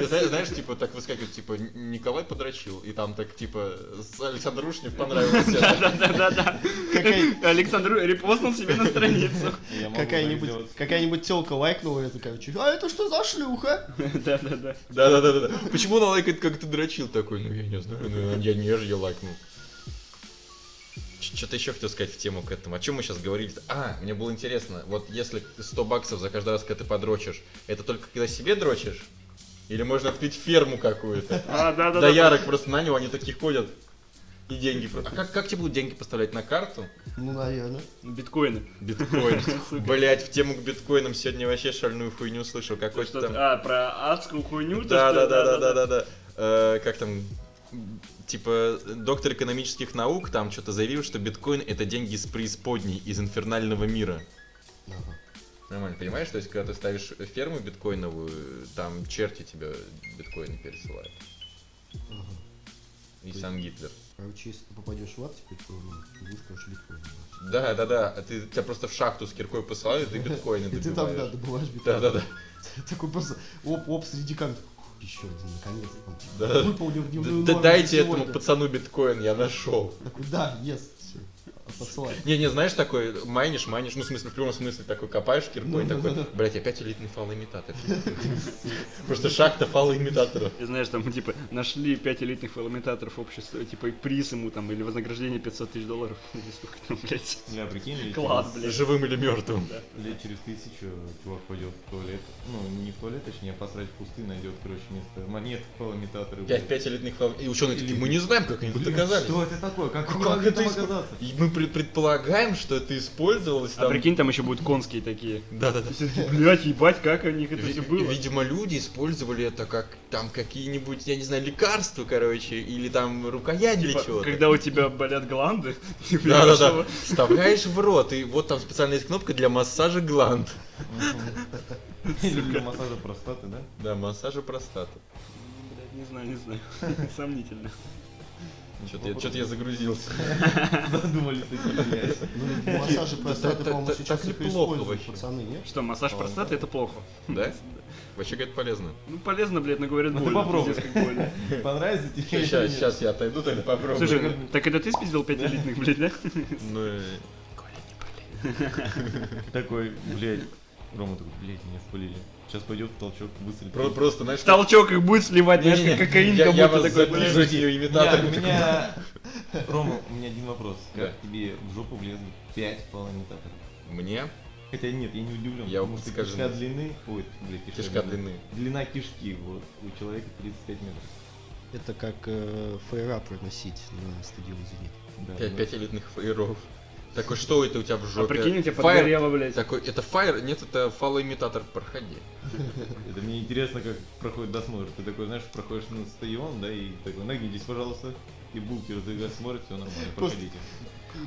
[SPEAKER 1] И зна- Знаешь, типа, так выскакивает, типа, Николай подрочил, и там так, типа, с- Александр Рушнев
[SPEAKER 2] <laughs>
[SPEAKER 1] понравился.
[SPEAKER 2] Да-да-да-да.
[SPEAKER 3] Какая-
[SPEAKER 2] Александр репостнул себе на страницу. <laughs>
[SPEAKER 4] Я могу так
[SPEAKER 3] Какая-нибудь
[SPEAKER 4] делать.
[SPEAKER 3] какая телка лайкнула это, короче. А это что за шлюха?
[SPEAKER 2] Да-да-да.
[SPEAKER 1] Да-да-да. да Почему она лайкает, как ты дрочил такой? Ну, я не знаю, ну, я не я же ее лайкнул. Что-то еще хотел сказать в тему к этому. О чем мы сейчас говорили? А, мне было интересно, вот если 100 баксов за каждый раз, когда ты подрочишь, это только когда себе дрочишь? Или можно открыть ферму какую-то?
[SPEAKER 2] А, да-да-да.
[SPEAKER 1] Доярок просто на него, они такие ходят. И деньги просто. А как, как тебе будут деньги поставлять на карту?
[SPEAKER 3] Ну, наверное.
[SPEAKER 2] Биткоины.
[SPEAKER 1] Биткоин.
[SPEAKER 2] Сука.
[SPEAKER 1] Блять, в тему к биткоинам сегодня вообще шальную хуйню слышал.
[SPEAKER 2] То,
[SPEAKER 1] Какой-то
[SPEAKER 2] что-
[SPEAKER 1] там...
[SPEAKER 2] А, про адскую хуйню? то,
[SPEAKER 1] Да, да,
[SPEAKER 2] что-
[SPEAKER 1] да, да, да, да, да. Э, Как там, м, типа, доктор экономических наук там что-то заявил, что биткоин это деньги из преисподней, из инфернального мира. Нормально, понимаешь? То есть, когда ты ставишь ферму биткоиновую, там черти тебе биткоины пересылают.
[SPEAKER 3] Ага.
[SPEAKER 1] И сам Гитлер.
[SPEAKER 3] Короче, если ты попадешь в ад теперь, то ну, ты будешь, короче, биткоин. добывать.
[SPEAKER 1] Да, да, да. а Ты тебя просто в шахту с киркой посылают, и ты биткоины
[SPEAKER 3] <laughs> И ты там, да,
[SPEAKER 1] добиваешь.
[SPEAKER 3] добываешь биткоин.
[SPEAKER 1] Да, да, да.
[SPEAKER 3] Такой просто оп-оп среди камер. Еще один, наконец. Он, типа,
[SPEAKER 1] Да.
[SPEAKER 3] Выполнил дневную
[SPEAKER 1] Да
[SPEAKER 3] норму
[SPEAKER 1] дайте
[SPEAKER 3] сегодня.
[SPEAKER 1] этому пацану биткоин, я нашел.
[SPEAKER 3] Такой, да, yes. Все. Посылай.
[SPEAKER 1] Не, не, знаешь, такой майнишь, майнишь, ну, в смысле, в прямом смысле, такой копаешь киркой,
[SPEAKER 3] Ну,
[SPEAKER 1] такой,
[SPEAKER 3] да, да.
[SPEAKER 1] блять, опять элитный фалоимитатор. <laughs> Просто шахта фалоимитаторов.
[SPEAKER 2] И знаешь, там, типа, нашли 5 элитных фаломентаторов общества, типа, и приз ему там, или вознаграждение 500 тысяч долларов. <laughs> Или сколько там, блядь.
[SPEAKER 4] Бля, прикинь, лет
[SPEAKER 2] Класс,
[SPEAKER 4] через-
[SPEAKER 2] блядь.
[SPEAKER 1] Живым или мертвым.
[SPEAKER 4] Лет через тысячу чувак пойдет в туалет. Ну, не в туалет, точнее, а посрать в кусты найдет, короче, вместо монет полоимитаторы.
[SPEAKER 1] Пять, пять элитных фалоимитаторов. И ученые такие, мы не знаем, как они тут оказались. «А
[SPEAKER 4] Что это такое? Как,
[SPEAKER 1] Как
[SPEAKER 4] как
[SPEAKER 1] это
[SPEAKER 4] там
[SPEAKER 1] исп- <laughs>
[SPEAKER 4] оказаться?
[SPEAKER 1] И мы пред- предполагаем, что это использовалось
[SPEAKER 2] А
[SPEAKER 1] там.
[SPEAKER 2] прикинь, там еще будут конские такие.
[SPEAKER 1] Да, да, да.
[SPEAKER 2] Блять, ебать, как у них это все было.
[SPEAKER 1] Видимо, люди использовали это как там какие-нибудь, я не знаю, лекарства, короче, или там рукоять для
[SPEAKER 2] Типа,
[SPEAKER 1] чего-то.
[SPEAKER 2] когда у тебя болят гланды, <laughs> ты
[SPEAKER 1] Да, да, да.
[SPEAKER 2] пришёл-
[SPEAKER 1] Вставляешь в рот, и вот там специальная есть кнопка для массажа гланд.
[SPEAKER 4] Мгм. Или для массажа простаты, да? <laughs>
[SPEAKER 1] Да, массажа простаты.
[SPEAKER 2] Блядь, Не знаю, не знаю. <laughs> Сомнительно.
[SPEAKER 1] Что-то я, чё-то я <laughs> загрузился.
[SPEAKER 4] Задумались такие, блядь.
[SPEAKER 3] Ну, в массаже простаты,
[SPEAKER 1] та-
[SPEAKER 3] по-моему,
[SPEAKER 1] та-
[SPEAKER 3] сейчас
[SPEAKER 1] так
[SPEAKER 3] только
[SPEAKER 1] неплохо
[SPEAKER 3] используют,
[SPEAKER 1] вообще.
[SPEAKER 3] пацаны, нет?
[SPEAKER 2] Что, массаж
[SPEAKER 4] А,
[SPEAKER 2] простаты это плохо.
[SPEAKER 1] Да? Вообще как-то полезно.
[SPEAKER 2] Ну полезно, блядь, но говорят
[SPEAKER 4] Ну, ты
[SPEAKER 2] больно.
[SPEAKER 4] попробуй.
[SPEAKER 2] пиздец, как больно.
[SPEAKER 4] Понравится тебе? или
[SPEAKER 1] <laughs> Сейчас,
[SPEAKER 4] нет?
[SPEAKER 1] я отойду, тогда попробую.
[SPEAKER 2] Слушай, ну, так это ты спиздил 5 элитных, блядь, да?
[SPEAKER 1] ну, э,
[SPEAKER 4] Такой, блядь. Рома такой, блядь, меня спалили. Сейчас пойдет толчок, выстрелит.
[SPEAKER 1] про- просто, знаешь,
[SPEAKER 2] Толчок их будет сливать, знаешь,
[SPEAKER 1] Не-не-не,
[SPEAKER 2] как кокаин,
[SPEAKER 1] я,
[SPEAKER 2] как
[SPEAKER 1] я
[SPEAKER 2] будто
[SPEAKER 1] вас
[SPEAKER 2] такой,
[SPEAKER 1] запишу
[SPEAKER 2] блядь.
[SPEAKER 1] с её
[SPEAKER 4] Бля,
[SPEAKER 1] имитатором.
[SPEAKER 4] у меня... <laughs> Рома, у меня один вопрос.
[SPEAKER 1] Да.
[SPEAKER 4] Как тебе в жопу влезли пять полоимитаторов?
[SPEAKER 1] Мне
[SPEAKER 4] Хотя нет, я не удивлен,
[SPEAKER 1] Я
[SPEAKER 4] потому что
[SPEAKER 1] скажу.
[SPEAKER 4] кишка длины... Ой, блядь, кишка,
[SPEAKER 1] кишка длины.
[SPEAKER 4] Длина кишки, вот, у человека 35 метров.
[SPEAKER 3] Это как э, фейерап носить на стадион «Зенит».
[SPEAKER 4] Да, ну,
[SPEAKER 1] Пять,
[SPEAKER 4] да.
[SPEAKER 1] пять элитных фаеров. Такой, что это у тебя в
[SPEAKER 2] А
[SPEAKER 1] жопе?
[SPEAKER 2] прикинь, у тебя
[SPEAKER 1] Фаер.
[SPEAKER 2] подгорело, блядь.
[SPEAKER 1] Такой, это фаер? Нет, это фалоимитатор, проходи.
[SPEAKER 4] Это мне интересно, как проходит досмотр. Ты такой, знаешь, проходишь на стадион, да, и такой, нагнитесь, пожалуйста. И букер за смотрит, все нормально,
[SPEAKER 3] Просто-
[SPEAKER 4] проходите.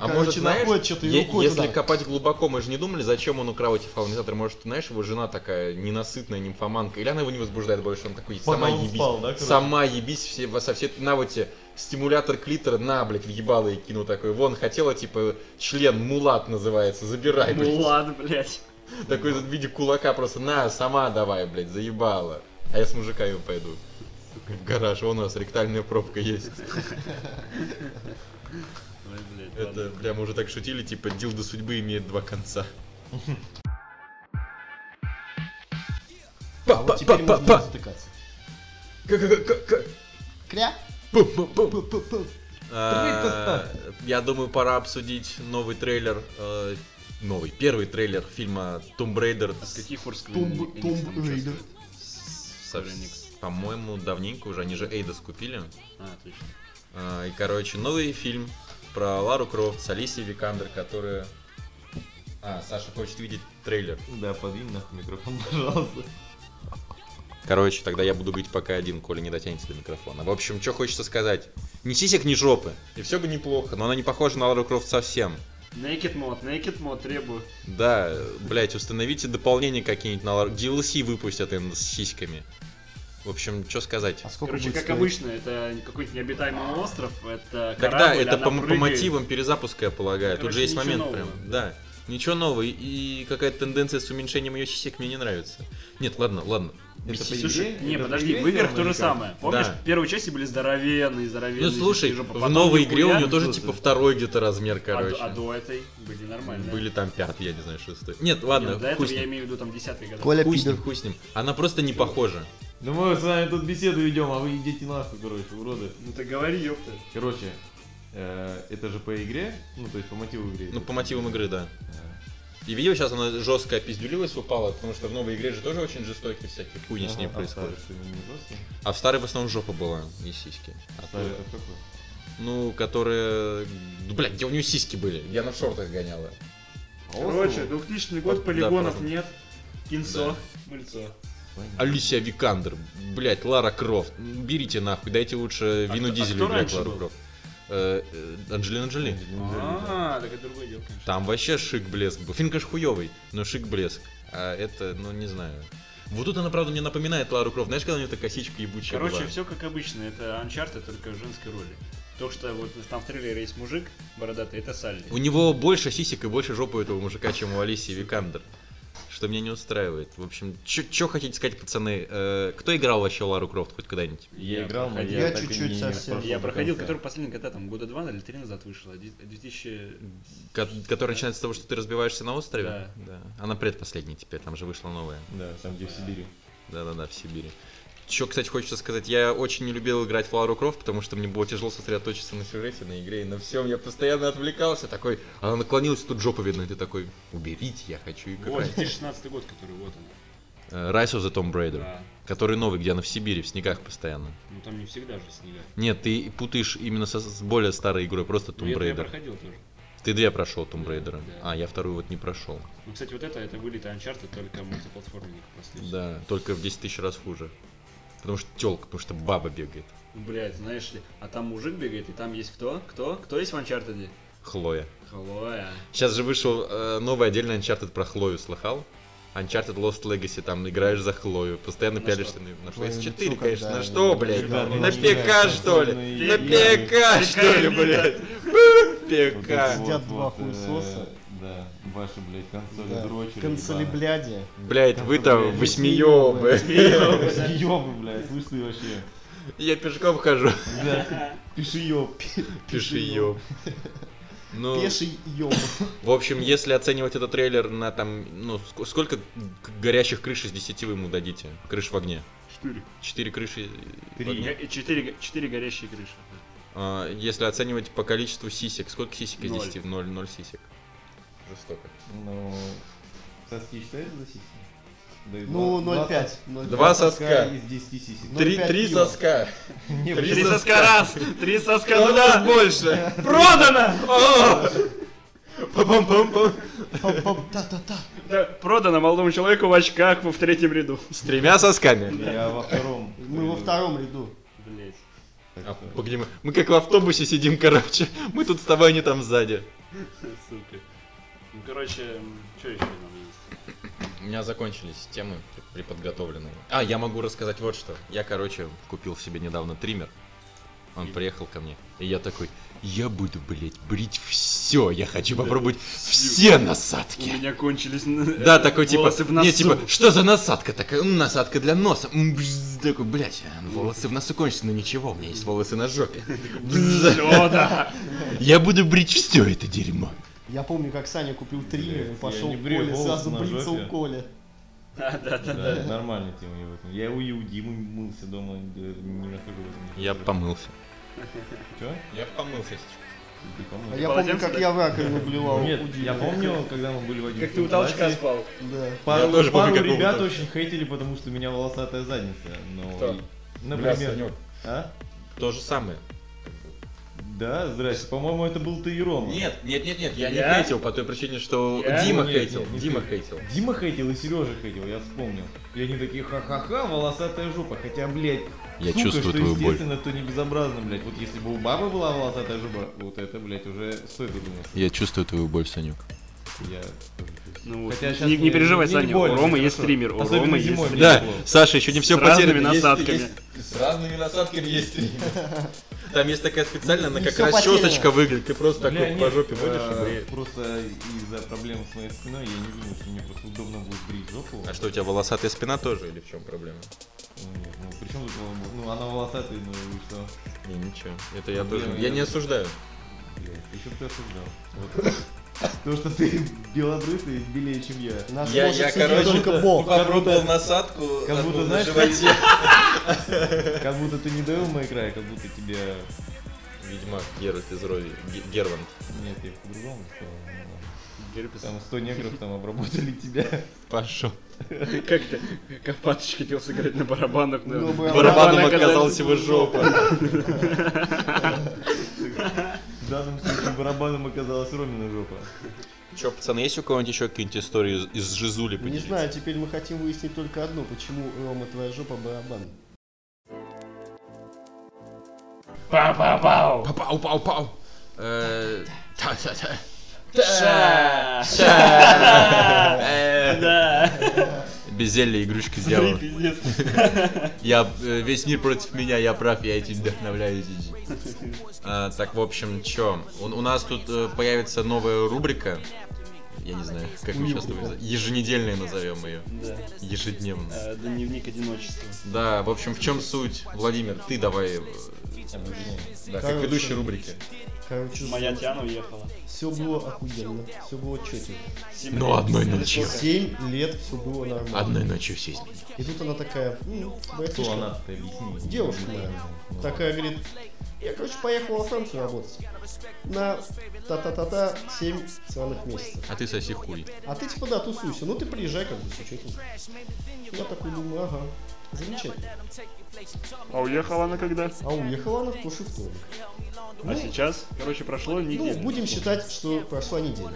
[SPEAKER 1] А
[SPEAKER 3] Короче,
[SPEAKER 1] может, знаешь,
[SPEAKER 3] находит что-то и
[SPEAKER 1] е-
[SPEAKER 3] уходит
[SPEAKER 1] если
[SPEAKER 3] туда.
[SPEAKER 1] копать глубоко, мы же не думали, зачем он украл эти фалоимитаторы. Может, знаешь, его жена такая ненасытная нимфоманка, или она его не возбуждает больше, он такой,
[SPEAKER 4] Пока
[SPEAKER 1] сама
[SPEAKER 4] он
[SPEAKER 1] ебись,
[SPEAKER 4] спал, да, короче?
[SPEAKER 1] сама ебись, все, во- со всей, на вот тебе стимулятор клитора, на, блядь, въебало и кину такой, вон, хотела, типа, член, мулат называется, забирай, блядь.
[SPEAKER 2] Ну ладно, блядь.
[SPEAKER 1] Такой в виде кулака просто, на, сама давай, блядь, заебала. А я с мужика его пойду. В гараж, вон у нас ректальная пробка есть.
[SPEAKER 2] Ой, блядь,
[SPEAKER 1] Это
[SPEAKER 2] ладно.
[SPEAKER 1] прям уже так шутили, типа дилда судьбы имеет два конца.
[SPEAKER 3] А вот теперь можно не затыкаться. Кря!
[SPEAKER 1] Па-па-па-па.
[SPEAKER 3] Пу-пу-пу.
[SPEAKER 1] А, Я думаю, пора обсудить новый трейлер. э, Новый, первый трейлер фильма Tomb Raider.
[SPEAKER 2] А Какие форс
[SPEAKER 3] Тумб- Тумб Рейдер.
[SPEAKER 1] Со- По-моему, давненько уже. Они же Эйдос купили.
[SPEAKER 2] А, отлично.
[SPEAKER 1] А, И, короче, новый фильм про Лару Крофт с Алисией Викандер, которая... А, Саша хочет видеть трейлер.
[SPEAKER 4] Да, подвинь нахуй микрофон, <laughs> пожалуйста.
[SPEAKER 1] Короче, тогда я буду говорить пока один, Коля не дотянется до микрофона. В общем, что хочется сказать. Ни сисек, ни жопы. И все бы неплохо, но она не похожа на Лару Крофт совсем.
[SPEAKER 2] Naked мод, naked мод требую.
[SPEAKER 1] Да, блять, установите дополнение какие-нибудь на Лару... DLC выпустят им с сиськами. В общем, что сказать.
[SPEAKER 3] А сколько
[SPEAKER 2] Короче,
[SPEAKER 3] будет
[SPEAKER 2] как
[SPEAKER 3] стоить?
[SPEAKER 2] обычно, это какой-то необитаемый остров, это
[SPEAKER 1] Тогда
[SPEAKER 2] корабль,
[SPEAKER 1] это
[SPEAKER 2] она
[SPEAKER 1] по, по
[SPEAKER 2] прыгает.
[SPEAKER 1] мотивам перезапуска, я полагаю. Тут
[SPEAKER 2] Короче,
[SPEAKER 1] же есть
[SPEAKER 2] ничего
[SPEAKER 1] момент
[SPEAKER 2] нового.
[SPEAKER 1] прям. Да. Ничего нового. И- И какая-то тенденция с уменьшением ее сисек мне не нравится. Нет, ладно, ладно.
[SPEAKER 4] Это
[SPEAKER 1] Бесись.
[SPEAKER 4] по
[SPEAKER 1] Слушай,
[SPEAKER 4] игре?
[SPEAKER 2] Не,
[SPEAKER 4] Это по
[SPEAKER 2] подожди,
[SPEAKER 4] игре
[SPEAKER 2] в играх
[SPEAKER 4] сделано
[SPEAKER 2] то же
[SPEAKER 4] или как?
[SPEAKER 2] самое. Помнишь,
[SPEAKER 1] Да.
[SPEAKER 2] в первые части были здоровенные,
[SPEAKER 1] Ну
[SPEAKER 2] здоровенные.
[SPEAKER 1] слушай,
[SPEAKER 2] жопа.
[SPEAKER 1] в
[SPEAKER 2] Потом
[SPEAKER 1] новой
[SPEAKER 2] нихуя,
[SPEAKER 1] игре у нее тоже
[SPEAKER 4] что
[SPEAKER 1] типа
[SPEAKER 4] ты?
[SPEAKER 1] второй где-то размер,
[SPEAKER 2] а, до-
[SPEAKER 1] короче.
[SPEAKER 2] а до этой были нормальные.
[SPEAKER 1] Были там пятый, я не знаю, шестой. Нет, ладно,
[SPEAKER 2] Нет, до этого
[SPEAKER 1] хуй с
[SPEAKER 2] я
[SPEAKER 1] ним.
[SPEAKER 2] имею в виду там десятые годы.
[SPEAKER 3] Коля
[SPEAKER 1] Хуй с ним,
[SPEAKER 3] пидор.
[SPEAKER 1] хуй с ним. Она просто не похожа.
[SPEAKER 4] Да Ну, мы с вами тут беседу ведем, а вы идите нахуй, короче, уроды.
[SPEAKER 2] Ну ты говори, ёпта.
[SPEAKER 4] Короче, э, это же по игре, ну то есть по мотиву игры. Э,
[SPEAKER 1] Ну, по мотивам игры, да. И видео сейчас она жестко опиздюлилась, упала, потому что в новой игре же тоже очень жестокие всякие хуйни с ней происходит. А в старой в основном жопа была, не сиськи. А
[SPEAKER 4] Старый
[SPEAKER 1] то-
[SPEAKER 4] это какой?
[SPEAKER 1] Ну, которые... Ну, блядь, где у нее сиськи были? Я на шортах гоняла.
[SPEAKER 2] Короче, 2000
[SPEAKER 1] Да,
[SPEAKER 2] год, полигонов
[SPEAKER 1] просто.
[SPEAKER 2] нет. Кинцо,
[SPEAKER 1] Да.
[SPEAKER 2] мыльцо.
[SPEAKER 4] Понятно.
[SPEAKER 1] Алисия Викандер, блядь, Лара Крофт. М, Берите нахуй, дайте лучше
[SPEAKER 2] А
[SPEAKER 1] Вину
[SPEAKER 2] кто- а
[SPEAKER 1] Дизелю
[SPEAKER 2] кто
[SPEAKER 1] играть
[SPEAKER 2] раньше
[SPEAKER 1] Лару
[SPEAKER 2] был?
[SPEAKER 1] Крофт. Э, э, Анджелина Джоли.
[SPEAKER 2] А, так это другое дело, конечно.
[SPEAKER 1] Там вообще шик-блеск был. Фильм, конечно, хуёвый, но шик-блеск. А это, ну, не знаю. Вот тут она, правда, мне напоминает Лару Крофт. Знаешь, когда у нее эта косичка ебучая
[SPEAKER 2] Короче,
[SPEAKER 1] была?
[SPEAKER 2] все как обычно, это Uncharted, только в женской роли. То, что вот там в трейлере есть мужик бородатый, это Салли.
[SPEAKER 1] У него больше сисек и больше жопы у этого мужика, чем у Алисии Викандер. Что меня не устраивает. В общем, что хотите сказать, пацаны? Э, кто играл вообще Лару Крофт хоть когда-нибудь?
[SPEAKER 4] Я играл, но
[SPEAKER 2] проходил.
[SPEAKER 4] я
[SPEAKER 3] Я
[SPEAKER 4] так и
[SPEAKER 3] чуть-чуть
[SPEAKER 4] не- не
[SPEAKER 3] совсем.
[SPEAKER 4] прошел
[SPEAKER 2] Я
[SPEAKER 4] до
[SPEAKER 2] проходил,
[SPEAKER 4] конца.
[SPEAKER 2] который последний когда там года два или три назад вышла, 2000...
[SPEAKER 1] Ко- Который начинается с того, что ты разбиваешься на острове?
[SPEAKER 2] Да.
[SPEAKER 1] Она предпоследняя теперь, там же вышла новая.
[SPEAKER 4] Да, там где в Сибири.
[SPEAKER 1] Да-да-да, в Сибири. Че, кстати, хочется сказать, я очень не любил играть в Лару Крофт, потому что мне было тяжело сосредоточиться на сюжете, на игре и на всем. Я постоянно отвлекался, такой, она наклонилась, тут жопа видно, и ты такой, уберите, я хочу
[SPEAKER 2] Вот,
[SPEAKER 1] играть.
[SPEAKER 2] 2016 год, который вот он.
[SPEAKER 1] Э, Rise of the Tomb Raider,
[SPEAKER 2] Да.
[SPEAKER 1] который новый, где она в Сибири, в снегах постоянно.
[SPEAKER 2] Ну там не всегда же снега.
[SPEAKER 1] Нет, ты путаешь именно со- с более старой игрой, просто
[SPEAKER 2] Ну
[SPEAKER 1] Tomb
[SPEAKER 2] это я
[SPEAKER 1] Raider.
[SPEAKER 2] проходил тоже.
[SPEAKER 1] Ты две прошел Tomb
[SPEAKER 2] Да,
[SPEAKER 1] Raider,
[SPEAKER 2] да.
[SPEAKER 1] а я вторую вот не прошел.
[SPEAKER 2] Ну, кстати, вот это, это вылеты Uncharted, только мультиплатформенник последний.
[SPEAKER 1] Да, только в 10 тысяч раз хуже. Потому что телка, потому что баба бегает.
[SPEAKER 2] Блять, знаешь ли, а там мужик бегает, и там есть кто? Кто? Кто есть в Uncharted?
[SPEAKER 1] Хлоя.
[SPEAKER 2] Хлоя.
[SPEAKER 1] Сейчас же вышел э, новый отдельный Uncharted про Хлою, слыхал? Uncharted Lost Legacy, там играешь за Хлою, постоянно
[SPEAKER 2] На
[SPEAKER 1] пялишься
[SPEAKER 2] что?
[SPEAKER 1] на, на
[SPEAKER 3] Хлою
[SPEAKER 1] PS4,
[SPEAKER 3] лицо,
[SPEAKER 1] конечно,
[SPEAKER 3] когда
[SPEAKER 1] на что, блядь?
[SPEAKER 4] ребята,
[SPEAKER 1] На
[SPEAKER 4] не играют
[SPEAKER 1] ПК, что ли?
[SPEAKER 4] в
[SPEAKER 1] На
[SPEAKER 4] консольные
[SPEAKER 1] ПК, что ли,
[SPEAKER 2] Какая
[SPEAKER 1] блядь?
[SPEAKER 4] Вот
[SPEAKER 1] ПК.
[SPEAKER 4] это
[SPEAKER 3] Сидят
[SPEAKER 4] вот,
[SPEAKER 3] два
[SPEAKER 4] вот, э,
[SPEAKER 3] хуесоса.
[SPEAKER 4] Да, ваши, блядь, консоли
[SPEAKER 3] Да.
[SPEAKER 4] дрочили.
[SPEAKER 3] Консоли,
[SPEAKER 4] ебаные.
[SPEAKER 3] бляди.
[SPEAKER 1] Блядь, вы там
[SPEAKER 4] Блядь,
[SPEAKER 1] восьмиёбы.
[SPEAKER 4] <laughs> Ёбы, блядь, слышь ты вообще.
[SPEAKER 1] Я пешком хожу.
[SPEAKER 4] Да, пиши ёб.
[SPEAKER 1] Пешеёб. Ну,
[SPEAKER 3] Пеший ёб.
[SPEAKER 1] в общем, если оценивать этот трейлер на там, ну, ск- сколько г- горящих крыш из 10 вы ему дадите? Крыш в огне.
[SPEAKER 2] Четыре.
[SPEAKER 1] Четыре крыши.
[SPEAKER 4] Три.
[SPEAKER 1] в огне?
[SPEAKER 2] Га- Четыре, четыре горящие крыши.
[SPEAKER 1] А, Если оценивать по количеству сисек, сколько сисек из
[SPEAKER 2] Ноль.
[SPEAKER 1] 10? 0, 0 сисек. Жестоко.
[SPEAKER 4] Ну, соски считаешь за сиси? Да и
[SPEAKER 3] Ну,
[SPEAKER 4] два-
[SPEAKER 3] 0,5. 0,5.
[SPEAKER 1] Два
[SPEAKER 4] два
[SPEAKER 1] соска.
[SPEAKER 4] из 10 сисек.
[SPEAKER 3] Ну,
[SPEAKER 1] Три,
[SPEAKER 3] пять
[SPEAKER 1] три
[SPEAKER 3] пива.
[SPEAKER 1] соска.
[SPEAKER 4] Не,
[SPEAKER 1] Три
[SPEAKER 4] блядь,
[SPEAKER 1] соска.
[SPEAKER 2] раз! Три соска!
[SPEAKER 1] Куда
[SPEAKER 2] ну да!
[SPEAKER 1] больше?
[SPEAKER 2] Продано!
[SPEAKER 1] О! Пам-пам-пам-пам.
[SPEAKER 3] Та-та-та.
[SPEAKER 2] Да, Продано молодому человеку в очках во- в третьем ряду.
[SPEAKER 1] С тремя сосками.
[SPEAKER 4] Я во втором.
[SPEAKER 3] Мы во втором ряду.
[SPEAKER 2] Блять.
[SPEAKER 4] Так
[SPEAKER 1] А,
[SPEAKER 4] что,
[SPEAKER 1] погоди, мы- мы как в автобусе сидим, короче. Мы тут с тобой, они там сзади.
[SPEAKER 2] Сука. Ну, короче, что еще нам есть?
[SPEAKER 1] У меня закончились темы приподготовленные. А, я могу рассказать вот что. Я, короче, купил себе недавно триммер. Он приехал ко мне. И я такой, я буду, блядь, брить все. Я хочу попробовать все насадки.
[SPEAKER 2] У меня кончились н- э,
[SPEAKER 1] Да, такой типа,
[SPEAKER 2] волосы в носу.
[SPEAKER 1] не, типа, что за насадка такая? М, Насадка для носа. М, бз, Такой, блядь, э, волосы в носу кончатся, но ничего, у меня есть волосы на жопе. Бз.
[SPEAKER 2] О, да.
[SPEAKER 1] Я буду брить все это дерьмо.
[SPEAKER 3] Я помню, как Саня купил триммер и
[SPEAKER 4] я
[SPEAKER 3] пошел
[SPEAKER 4] не
[SPEAKER 3] к
[SPEAKER 4] брил
[SPEAKER 3] Коле,
[SPEAKER 4] волосы
[SPEAKER 3] сразу
[SPEAKER 4] на
[SPEAKER 3] бриться
[SPEAKER 4] жопе.
[SPEAKER 3] у Коля.
[SPEAKER 2] Да, да, да.
[SPEAKER 4] Да, нормальная тема. я в этом. Я у у Димы мылся дома, э, не нахожу в этом.
[SPEAKER 1] Я помылся.
[SPEAKER 4] Чё?
[SPEAKER 1] Я помылся.
[SPEAKER 4] Ты помыл?
[SPEAKER 3] А я помню,
[SPEAKER 2] полотенце,
[SPEAKER 3] как
[SPEAKER 2] да?
[SPEAKER 3] я в раковину блевал.
[SPEAKER 4] Нет,
[SPEAKER 3] у Димы.
[SPEAKER 4] я помню, когда мы были в один
[SPEAKER 2] Как ты у толчка спал.
[SPEAKER 3] Да.
[SPEAKER 4] Пару,
[SPEAKER 1] Я тоже помню,
[SPEAKER 4] пару
[SPEAKER 1] как у
[SPEAKER 4] ребят
[SPEAKER 1] Толчка.
[SPEAKER 4] очень хейтили, потому что у меня волосатая задница. Но...
[SPEAKER 1] Кто?
[SPEAKER 4] Например. А?
[SPEAKER 1] То же самое.
[SPEAKER 4] Да, здрасте. По-моему, это был ты и Рома.
[SPEAKER 1] Нет, нет, нет, нет, я,
[SPEAKER 2] Я?
[SPEAKER 1] не хейтил по той причине, что
[SPEAKER 2] Я?
[SPEAKER 1] Дима
[SPEAKER 4] Нет,
[SPEAKER 1] хейтил.
[SPEAKER 4] нет, не
[SPEAKER 1] Дима
[SPEAKER 4] ты.
[SPEAKER 1] хейтил.
[SPEAKER 4] Дима хейтил и Сережа хейтил, я вспомнил. И они такие, ха-ха-ха, волосатая жопа. Хотя, блядь,
[SPEAKER 1] Я
[SPEAKER 4] сука,
[SPEAKER 1] чувствую
[SPEAKER 4] что
[SPEAKER 1] твою боль.
[SPEAKER 4] естественно, то не безобразно, блядь. Вот если бы у бабы была волосатая жопа, вот это, блядь, уже стоит задуматься.
[SPEAKER 1] Я чувствую твою боль, Санек.
[SPEAKER 4] Я...
[SPEAKER 2] Ну вот,
[SPEAKER 4] Хотя щас
[SPEAKER 2] не, не
[SPEAKER 4] мне-
[SPEAKER 2] переживай,
[SPEAKER 4] мне не
[SPEAKER 2] Саня,
[SPEAKER 4] больно,
[SPEAKER 2] у Ромы
[SPEAKER 4] всё
[SPEAKER 2] есть
[SPEAKER 4] хорошо.
[SPEAKER 2] стример, у
[SPEAKER 4] Особенно
[SPEAKER 2] Ромы есть
[SPEAKER 4] зимой,
[SPEAKER 2] стример.
[SPEAKER 1] Да,
[SPEAKER 4] Мне было.
[SPEAKER 1] Саша, еще не все
[SPEAKER 2] С разными
[SPEAKER 1] потеряно. Есть-
[SPEAKER 2] насадками.
[SPEAKER 1] есть- С разными насадками есть три. Там есть такая специально, она
[SPEAKER 3] Не
[SPEAKER 1] как
[SPEAKER 3] всё
[SPEAKER 1] раз
[SPEAKER 3] потеряно.
[SPEAKER 1] щеточка выглядит. Ты просто так
[SPEAKER 4] Бля,
[SPEAKER 1] вот по
[SPEAKER 4] нет,
[SPEAKER 1] жопе
[SPEAKER 4] э,
[SPEAKER 1] водишь и
[SPEAKER 4] Просто из-за проблем с моей спиной я не думаю, что мне просто удобно будет брить жопу.
[SPEAKER 1] бреешь. А что, у тебя волосатая спина тоже или в чем проблема?
[SPEAKER 4] Ну, нет, ну, причем тут, волос- ну, она волосатая, ну, и что?
[SPEAKER 1] Не, ничего. Это я
[SPEAKER 4] Ну,
[SPEAKER 1] тоже...
[SPEAKER 4] блин,
[SPEAKER 1] Я не
[SPEAKER 4] я-
[SPEAKER 1] осуждаю.
[SPEAKER 4] Блядь, еще ты осуждал. Вот. То, что ты белобрысый и белее, чем я.
[SPEAKER 3] Нас
[SPEAKER 1] Я-
[SPEAKER 3] может
[SPEAKER 1] я,
[SPEAKER 3] судить
[SPEAKER 1] короче,
[SPEAKER 3] только
[SPEAKER 4] это-
[SPEAKER 3] Бог.
[SPEAKER 4] Как
[SPEAKER 1] Попробовал
[SPEAKER 4] будто-
[SPEAKER 1] насадку,
[SPEAKER 4] как
[SPEAKER 1] одну
[SPEAKER 4] будто,
[SPEAKER 1] на
[SPEAKER 4] знаешь,
[SPEAKER 1] животе.
[SPEAKER 4] Как будто ты не Devil May Cry, как будто тебя...
[SPEAKER 1] Ведьмак Геральт из Рови. Ге- Герванд.
[SPEAKER 4] Нет, я по-другому сказал. ну ладно.
[SPEAKER 2] Герпес.
[SPEAKER 4] Там 100 негров там обработали тебя.
[SPEAKER 1] Пошел.
[SPEAKER 2] Как-то Копатыч хотел сыграть на барабанах, но
[SPEAKER 3] Ну, бы-
[SPEAKER 1] Барабаном
[SPEAKER 2] барабаны оказались-
[SPEAKER 1] оказалась его жопа.
[SPEAKER 4] В данном случае барабаном оказалась Ромина жопа.
[SPEAKER 1] Че, пацаны, есть у кого-нибудь еще какие-нибудь истории из- из Жизули
[SPEAKER 3] Не
[SPEAKER 1] поделиться?
[SPEAKER 3] знаю, теперь мы хотим выяснить только одно, почему Рома твоя жопа барабан.
[SPEAKER 1] Пау, пау, пау. Э, та-та-та. Без зелья игрушки сделал. Я э, весь мир против меня, я прав, я этим вдохновляюсь. А, так, в общем, чё? У, у нас тут э, появится новая рубрика. Я не знаю, как мы сейчас назовем. Еженедельная назовем ее.
[SPEAKER 2] Да.
[SPEAKER 1] Ежедневная.
[SPEAKER 2] Э, Дневник одиночества.
[SPEAKER 1] Да, в общем, в чем суть? Владимир, ты давай. э, Да, как
[SPEAKER 3] Короче.
[SPEAKER 1] ведущий рубрики.
[SPEAKER 3] Короче,
[SPEAKER 2] Моя Тиана уехала.
[SPEAKER 3] все было охуенно, все было четенько.
[SPEAKER 2] Семь
[SPEAKER 1] Ну,
[SPEAKER 2] лет.
[SPEAKER 1] одной
[SPEAKER 2] Это
[SPEAKER 1] ночью.
[SPEAKER 2] сколько?
[SPEAKER 3] Семь лет все было нормально.
[SPEAKER 1] Одной ночью все изменилось.
[SPEAKER 3] И тут она такая, «М,
[SPEAKER 4] Кто
[SPEAKER 3] братишка,
[SPEAKER 4] она? Ты объясни.
[SPEAKER 3] девушка моя, такая говорит, я, короче, поехала во Францию работать. На та-та-та-та 7 целых месяцев.
[SPEAKER 1] А ты соси хуй.
[SPEAKER 3] А ты типа, да, тусуйся, ну ты приезжай как бы, что тут. Я такой думаю, ага, замечательно.
[SPEAKER 2] А уехала она когда?
[SPEAKER 3] А уехала она в прошлый вторник.
[SPEAKER 2] А сейчас, короче, прошло
[SPEAKER 3] Ну,
[SPEAKER 2] неделю.
[SPEAKER 3] будем считать, что прошла неделя.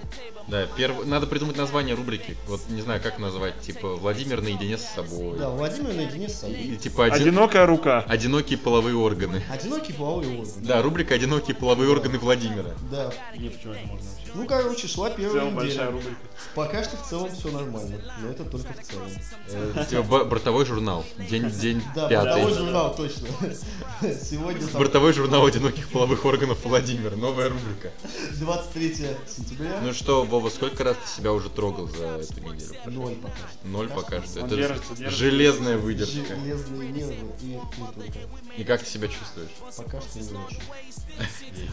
[SPEAKER 1] Да, перв... надо придумать название рубрики. Вот не знаю, как назвать. Типа Владимир наедине с собой.
[SPEAKER 3] Да, Владимир наедине с собой.
[SPEAKER 1] Или типа один...
[SPEAKER 2] Одинокая рука.
[SPEAKER 1] одинокие половые органы.
[SPEAKER 3] Одинокий половой орган.
[SPEAKER 1] Да, рубрика «Одинокие половые органы Владимира».
[SPEAKER 3] Да.
[SPEAKER 2] Не, почему это можно вообще?
[SPEAKER 3] Ну, короче, шла
[SPEAKER 2] В
[SPEAKER 3] первая
[SPEAKER 2] целом большая
[SPEAKER 3] неделя.
[SPEAKER 2] рубрика.
[SPEAKER 3] Пока что в целом все нормально, но это только в целом.
[SPEAKER 1] Э, типа бо- бортовой журнал. День, день
[SPEAKER 3] Да, бортовой
[SPEAKER 1] пятый.
[SPEAKER 3] журнал, точно. <laughs> Сегодня там
[SPEAKER 1] Бортовой журнал одиноких половых органов Владимира. Новая рубрика.
[SPEAKER 3] 23 сентября.
[SPEAKER 1] Ну что, Вова, сколько раз ты себя уже трогал за эту неделю?
[SPEAKER 3] Ноль пока что.
[SPEAKER 1] Ноль пока что.
[SPEAKER 2] Он
[SPEAKER 1] Это
[SPEAKER 2] держится, держится.
[SPEAKER 1] железная выдержка.
[SPEAKER 3] Железные нервы и не только.
[SPEAKER 1] И как ты себя чувствуешь?
[SPEAKER 3] Пока что не очень.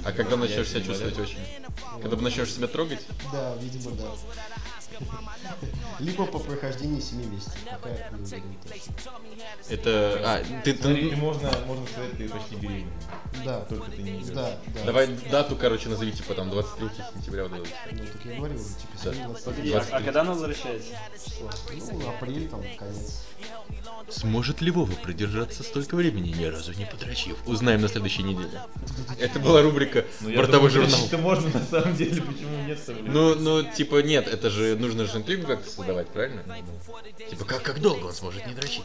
[SPEAKER 1] А когда начнешь себя чувствовать очень? Когда начнешь себя трогать?
[SPEAKER 3] Да, видимо, да. <laughs> Либо по прохождении 7 месяцев. Пока не уверен точно.
[SPEAKER 1] Это... А, ты,
[SPEAKER 4] Смотри,
[SPEAKER 1] ты,
[SPEAKER 4] можно, можно сказать, ты почти беременна.
[SPEAKER 3] Да,
[SPEAKER 4] Только ты не идешь.
[SPEAKER 3] да, да.
[SPEAKER 1] Давай дату, короче, назови, типа там 23 сентября. вот это вот.
[SPEAKER 3] Ну, так я говорил, типа,
[SPEAKER 1] Да.
[SPEAKER 3] сегодня 23
[SPEAKER 2] Погоди, а, а когда она возвращается?
[SPEAKER 3] Ну, апрель там,
[SPEAKER 1] <laughs>
[SPEAKER 3] конец.
[SPEAKER 1] Сможет ли Вова продержаться столько времени, ни разу не подрочив? Узнаем на следующей неделе. Это была рубрика
[SPEAKER 4] Ну, я
[SPEAKER 1] «Бортовой
[SPEAKER 4] думаю,
[SPEAKER 1] журнал».
[SPEAKER 4] Это можно на самом деле, почему нет блядь?
[SPEAKER 1] Ну, ну, типа, нет, это же нужно же интригу как-то создавать, правильно? Типа, как, как долго он сможет не дрочить?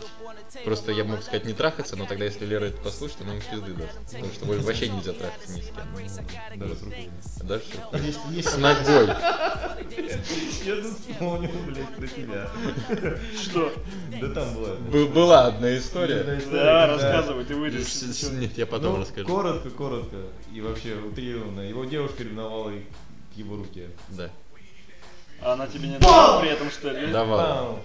[SPEAKER 1] Просто я мог сказать не трахаться, но тогда, если Лера это послушает, она ему пизды даст. Потому что вообще нельзя трахаться ни с кем.
[SPEAKER 4] Даже с рукой.
[SPEAKER 1] Даже с рукой.
[SPEAKER 3] Есть, есть
[SPEAKER 1] С ногой.
[SPEAKER 4] Я тут вспомнил, блядь, про тебя.
[SPEAKER 2] Что?
[SPEAKER 4] Да там была. да.
[SPEAKER 1] Б- была одна история.
[SPEAKER 4] Одна история,
[SPEAKER 2] Да,
[SPEAKER 4] да.
[SPEAKER 2] рассказывай, ты
[SPEAKER 1] С- с-
[SPEAKER 2] вырежешь.
[SPEAKER 1] Нет, я потом
[SPEAKER 4] Ну,
[SPEAKER 1] расскажу.
[SPEAKER 4] коротко, коротко. И вообще утрированно. Его девушка ревновала и к его руке.
[SPEAKER 1] Да.
[SPEAKER 2] А она тебе не дала при этом, что ли?
[SPEAKER 1] Давай.
[SPEAKER 4] Пау.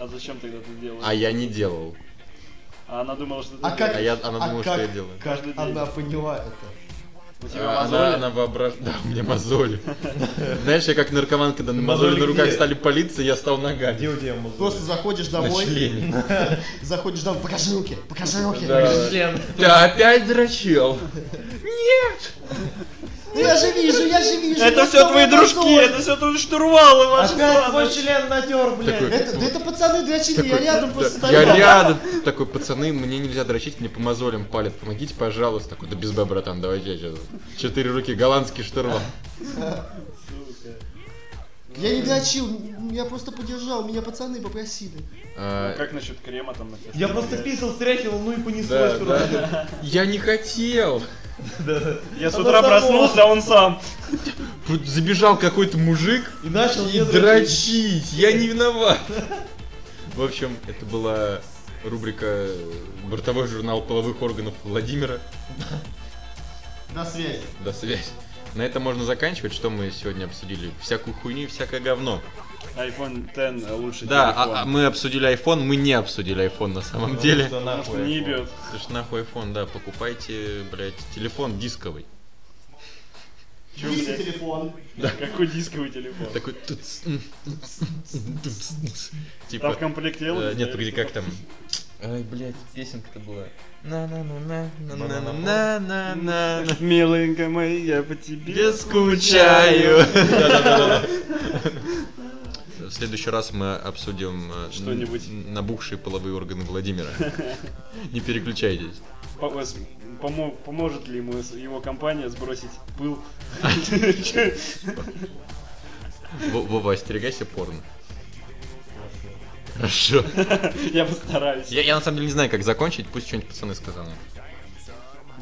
[SPEAKER 2] А зачем тогда ты делаешь?
[SPEAKER 1] А я не делал.
[SPEAKER 2] А она думала, что ты
[SPEAKER 3] А как?
[SPEAKER 1] А я, она думала, что
[SPEAKER 3] как,
[SPEAKER 1] я делаю.
[SPEAKER 3] как
[SPEAKER 2] Каждый день.
[SPEAKER 3] она поняла это?
[SPEAKER 2] У тебя
[SPEAKER 1] А, Она,
[SPEAKER 2] мозоли?
[SPEAKER 1] она воображает. Да, у меня мозоли. Знаешь, я как наркоман, когда на
[SPEAKER 4] Мозоли
[SPEAKER 1] мозоли на руках
[SPEAKER 4] где?
[SPEAKER 1] стали палиться, я стал
[SPEAKER 4] А где
[SPEAKER 1] ногами.
[SPEAKER 4] у тебя мозг?
[SPEAKER 3] Просто заходишь
[SPEAKER 1] На
[SPEAKER 3] домой,
[SPEAKER 1] члене.
[SPEAKER 3] заходишь домой, покажи руки, покажи руки.
[SPEAKER 1] Да. Ты опять дрочил.
[SPEAKER 3] Ну я же вижу, я же вижу.
[SPEAKER 2] Это
[SPEAKER 3] я
[SPEAKER 2] все
[SPEAKER 3] снова
[SPEAKER 2] твои дружки,
[SPEAKER 3] позор.
[SPEAKER 2] это все твои штурвалы ваши.
[SPEAKER 4] Опять
[SPEAKER 2] славные.
[SPEAKER 4] твой член натер,
[SPEAKER 1] Такой,
[SPEAKER 4] блядь.
[SPEAKER 3] Ну, Это, да это пацаны дрочили, я
[SPEAKER 1] такой,
[SPEAKER 3] рядом
[SPEAKER 1] да,
[SPEAKER 3] просто стоял.
[SPEAKER 1] Я рядом. Такой, пацаны, мне нельзя дрочить, мне по мозолям палят. Помогите, пожалуйста. Такой, да без б, братан, давайте я сейчас. Четыре руки, голландский штурвал.
[SPEAKER 2] Сука.
[SPEAKER 3] Я не дрочил, я просто поддержал, меня пацаны попросили.
[SPEAKER 1] А,
[SPEAKER 2] Как насчет крема там написано?
[SPEAKER 4] Я просто писал, стряхивал, ну и понеслось.
[SPEAKER 1] Да,
[SPEAKER 4] короче.
[SPEAKER 1] да. Я не хотел.
[SPEAKER 2] Я с
[SPEAKER 4] Она
[SPEAKER 2] утра
[SPEAKER 4] сама.
[SPEAKER 2] проснулся, а он сам.
[SPEAKER 1] Тут Забежал какой-то мужик,
[SPEAKER 4] И начал
[SPEAKER 1] И
[SPEAKER 4] мне
[SPEAKER 1] дрочить, я не виноват. В общем, это была рубрика «Бортовой журнал половых органов Владимира».
[SPEAKER 3] До связи.
[SPEAKER 1] До связи. На этом можно заканчивать, что мы сегодня обсудили. Всякую хуйню и всякое говно.
[SPEAKER 2] iPhone X э, лучше
[SPEAKER 1] Да,
[SPEAKER 2] телефон.
[SPEAKER 1] а- а мы обсудили iPhone, Ну, мы не обсудили iPhone на
[SPEAKER 4] Ну,
[SPEAKER 1] самом деле.
[SPEAKER 2] Потому что не бьет.
[SPEAKER 1] Слушай, нахуй iPhone, да, покупайте, блядь, телефон дисковый.
[SPEAKER 2] Чё,
[SPEAKER 3] Бери
[SPEAKER 2] блядь?
[SPEAKER 3] телефон.
[SPEAKER 2] Какой дисковый телефон?
[SPEAKER 1] Такой... туц, м, туц, м, туц, м, туц.
[SPEAKER 2] Там
[SPEAKER 1] Типа...
[SPEAKER 2] А в комплекте
[SPEAKER 1] э,
[SPEAKER 2] Элвис,
[SPEAKER 1] Нет,
[SPEAKER 2] да,
[SPEAKER 1] погоди,
[SPEAKER 2] или
[SPEAKER 1] как
[SPEAKER 2] что?
[SPEAKER 1] там? Ай, блядь, песенка-то была.
[SPEAKER 2] Эх,
[SPEAKER 1] На-на-на-на-на-на-на-на-на-на.
[SPEAKER 2] Миленькая моя, я по тебе
[SPEAKER 1] Я скучаю. В следующий раз мы обсудим э,
[SPEAKER 2] Что-нибудь.
[SPEAKER 1] н- набухшие половые органы <laughs> Владимира. Не переключайтесь.
[SPEAKER 2] По- вас- помо- Поможет ли ему с- его компания сбросить <laughs> пыл? Чё?
[SPEAKER 1] Во- Вова, остерегайся порно. Хорошо.
[SPEAKER 2] Я постараюсь.
[SPEAKER 1] Я, я на самом деле не знаю, как закончить, пусть что-нибудь пацаны сказали.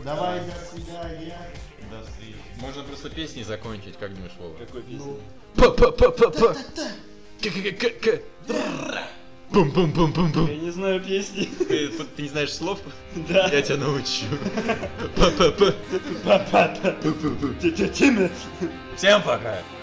[SPEAKER 3] Давай, до свидания.
[SPEAKER 1] Можно просто песней закончить, как думаешь, Вова?
[SPEAKER 2] Какой песня?
[SPEAKER 3] Ну,
[SPEAKER 1] Па-па-па-па-па. К-к-к-к-к. Бум-бум-бум-бум-бум.
[SPEAKER 2] Я не знаю песни. <laughs>
[SPEAKER 1] Ты, ты не знаешь слов?
[SPEAKER 2] Да.
[SPEAKER 1] Я тебя научу. Па-па-па.
[SPEAKER 2] Папа,
[SPEAKER 1] Пу-пу-пу.
[SPEAKER 2] ты- ты- ты-
[SPEAKER 1] Всем пока!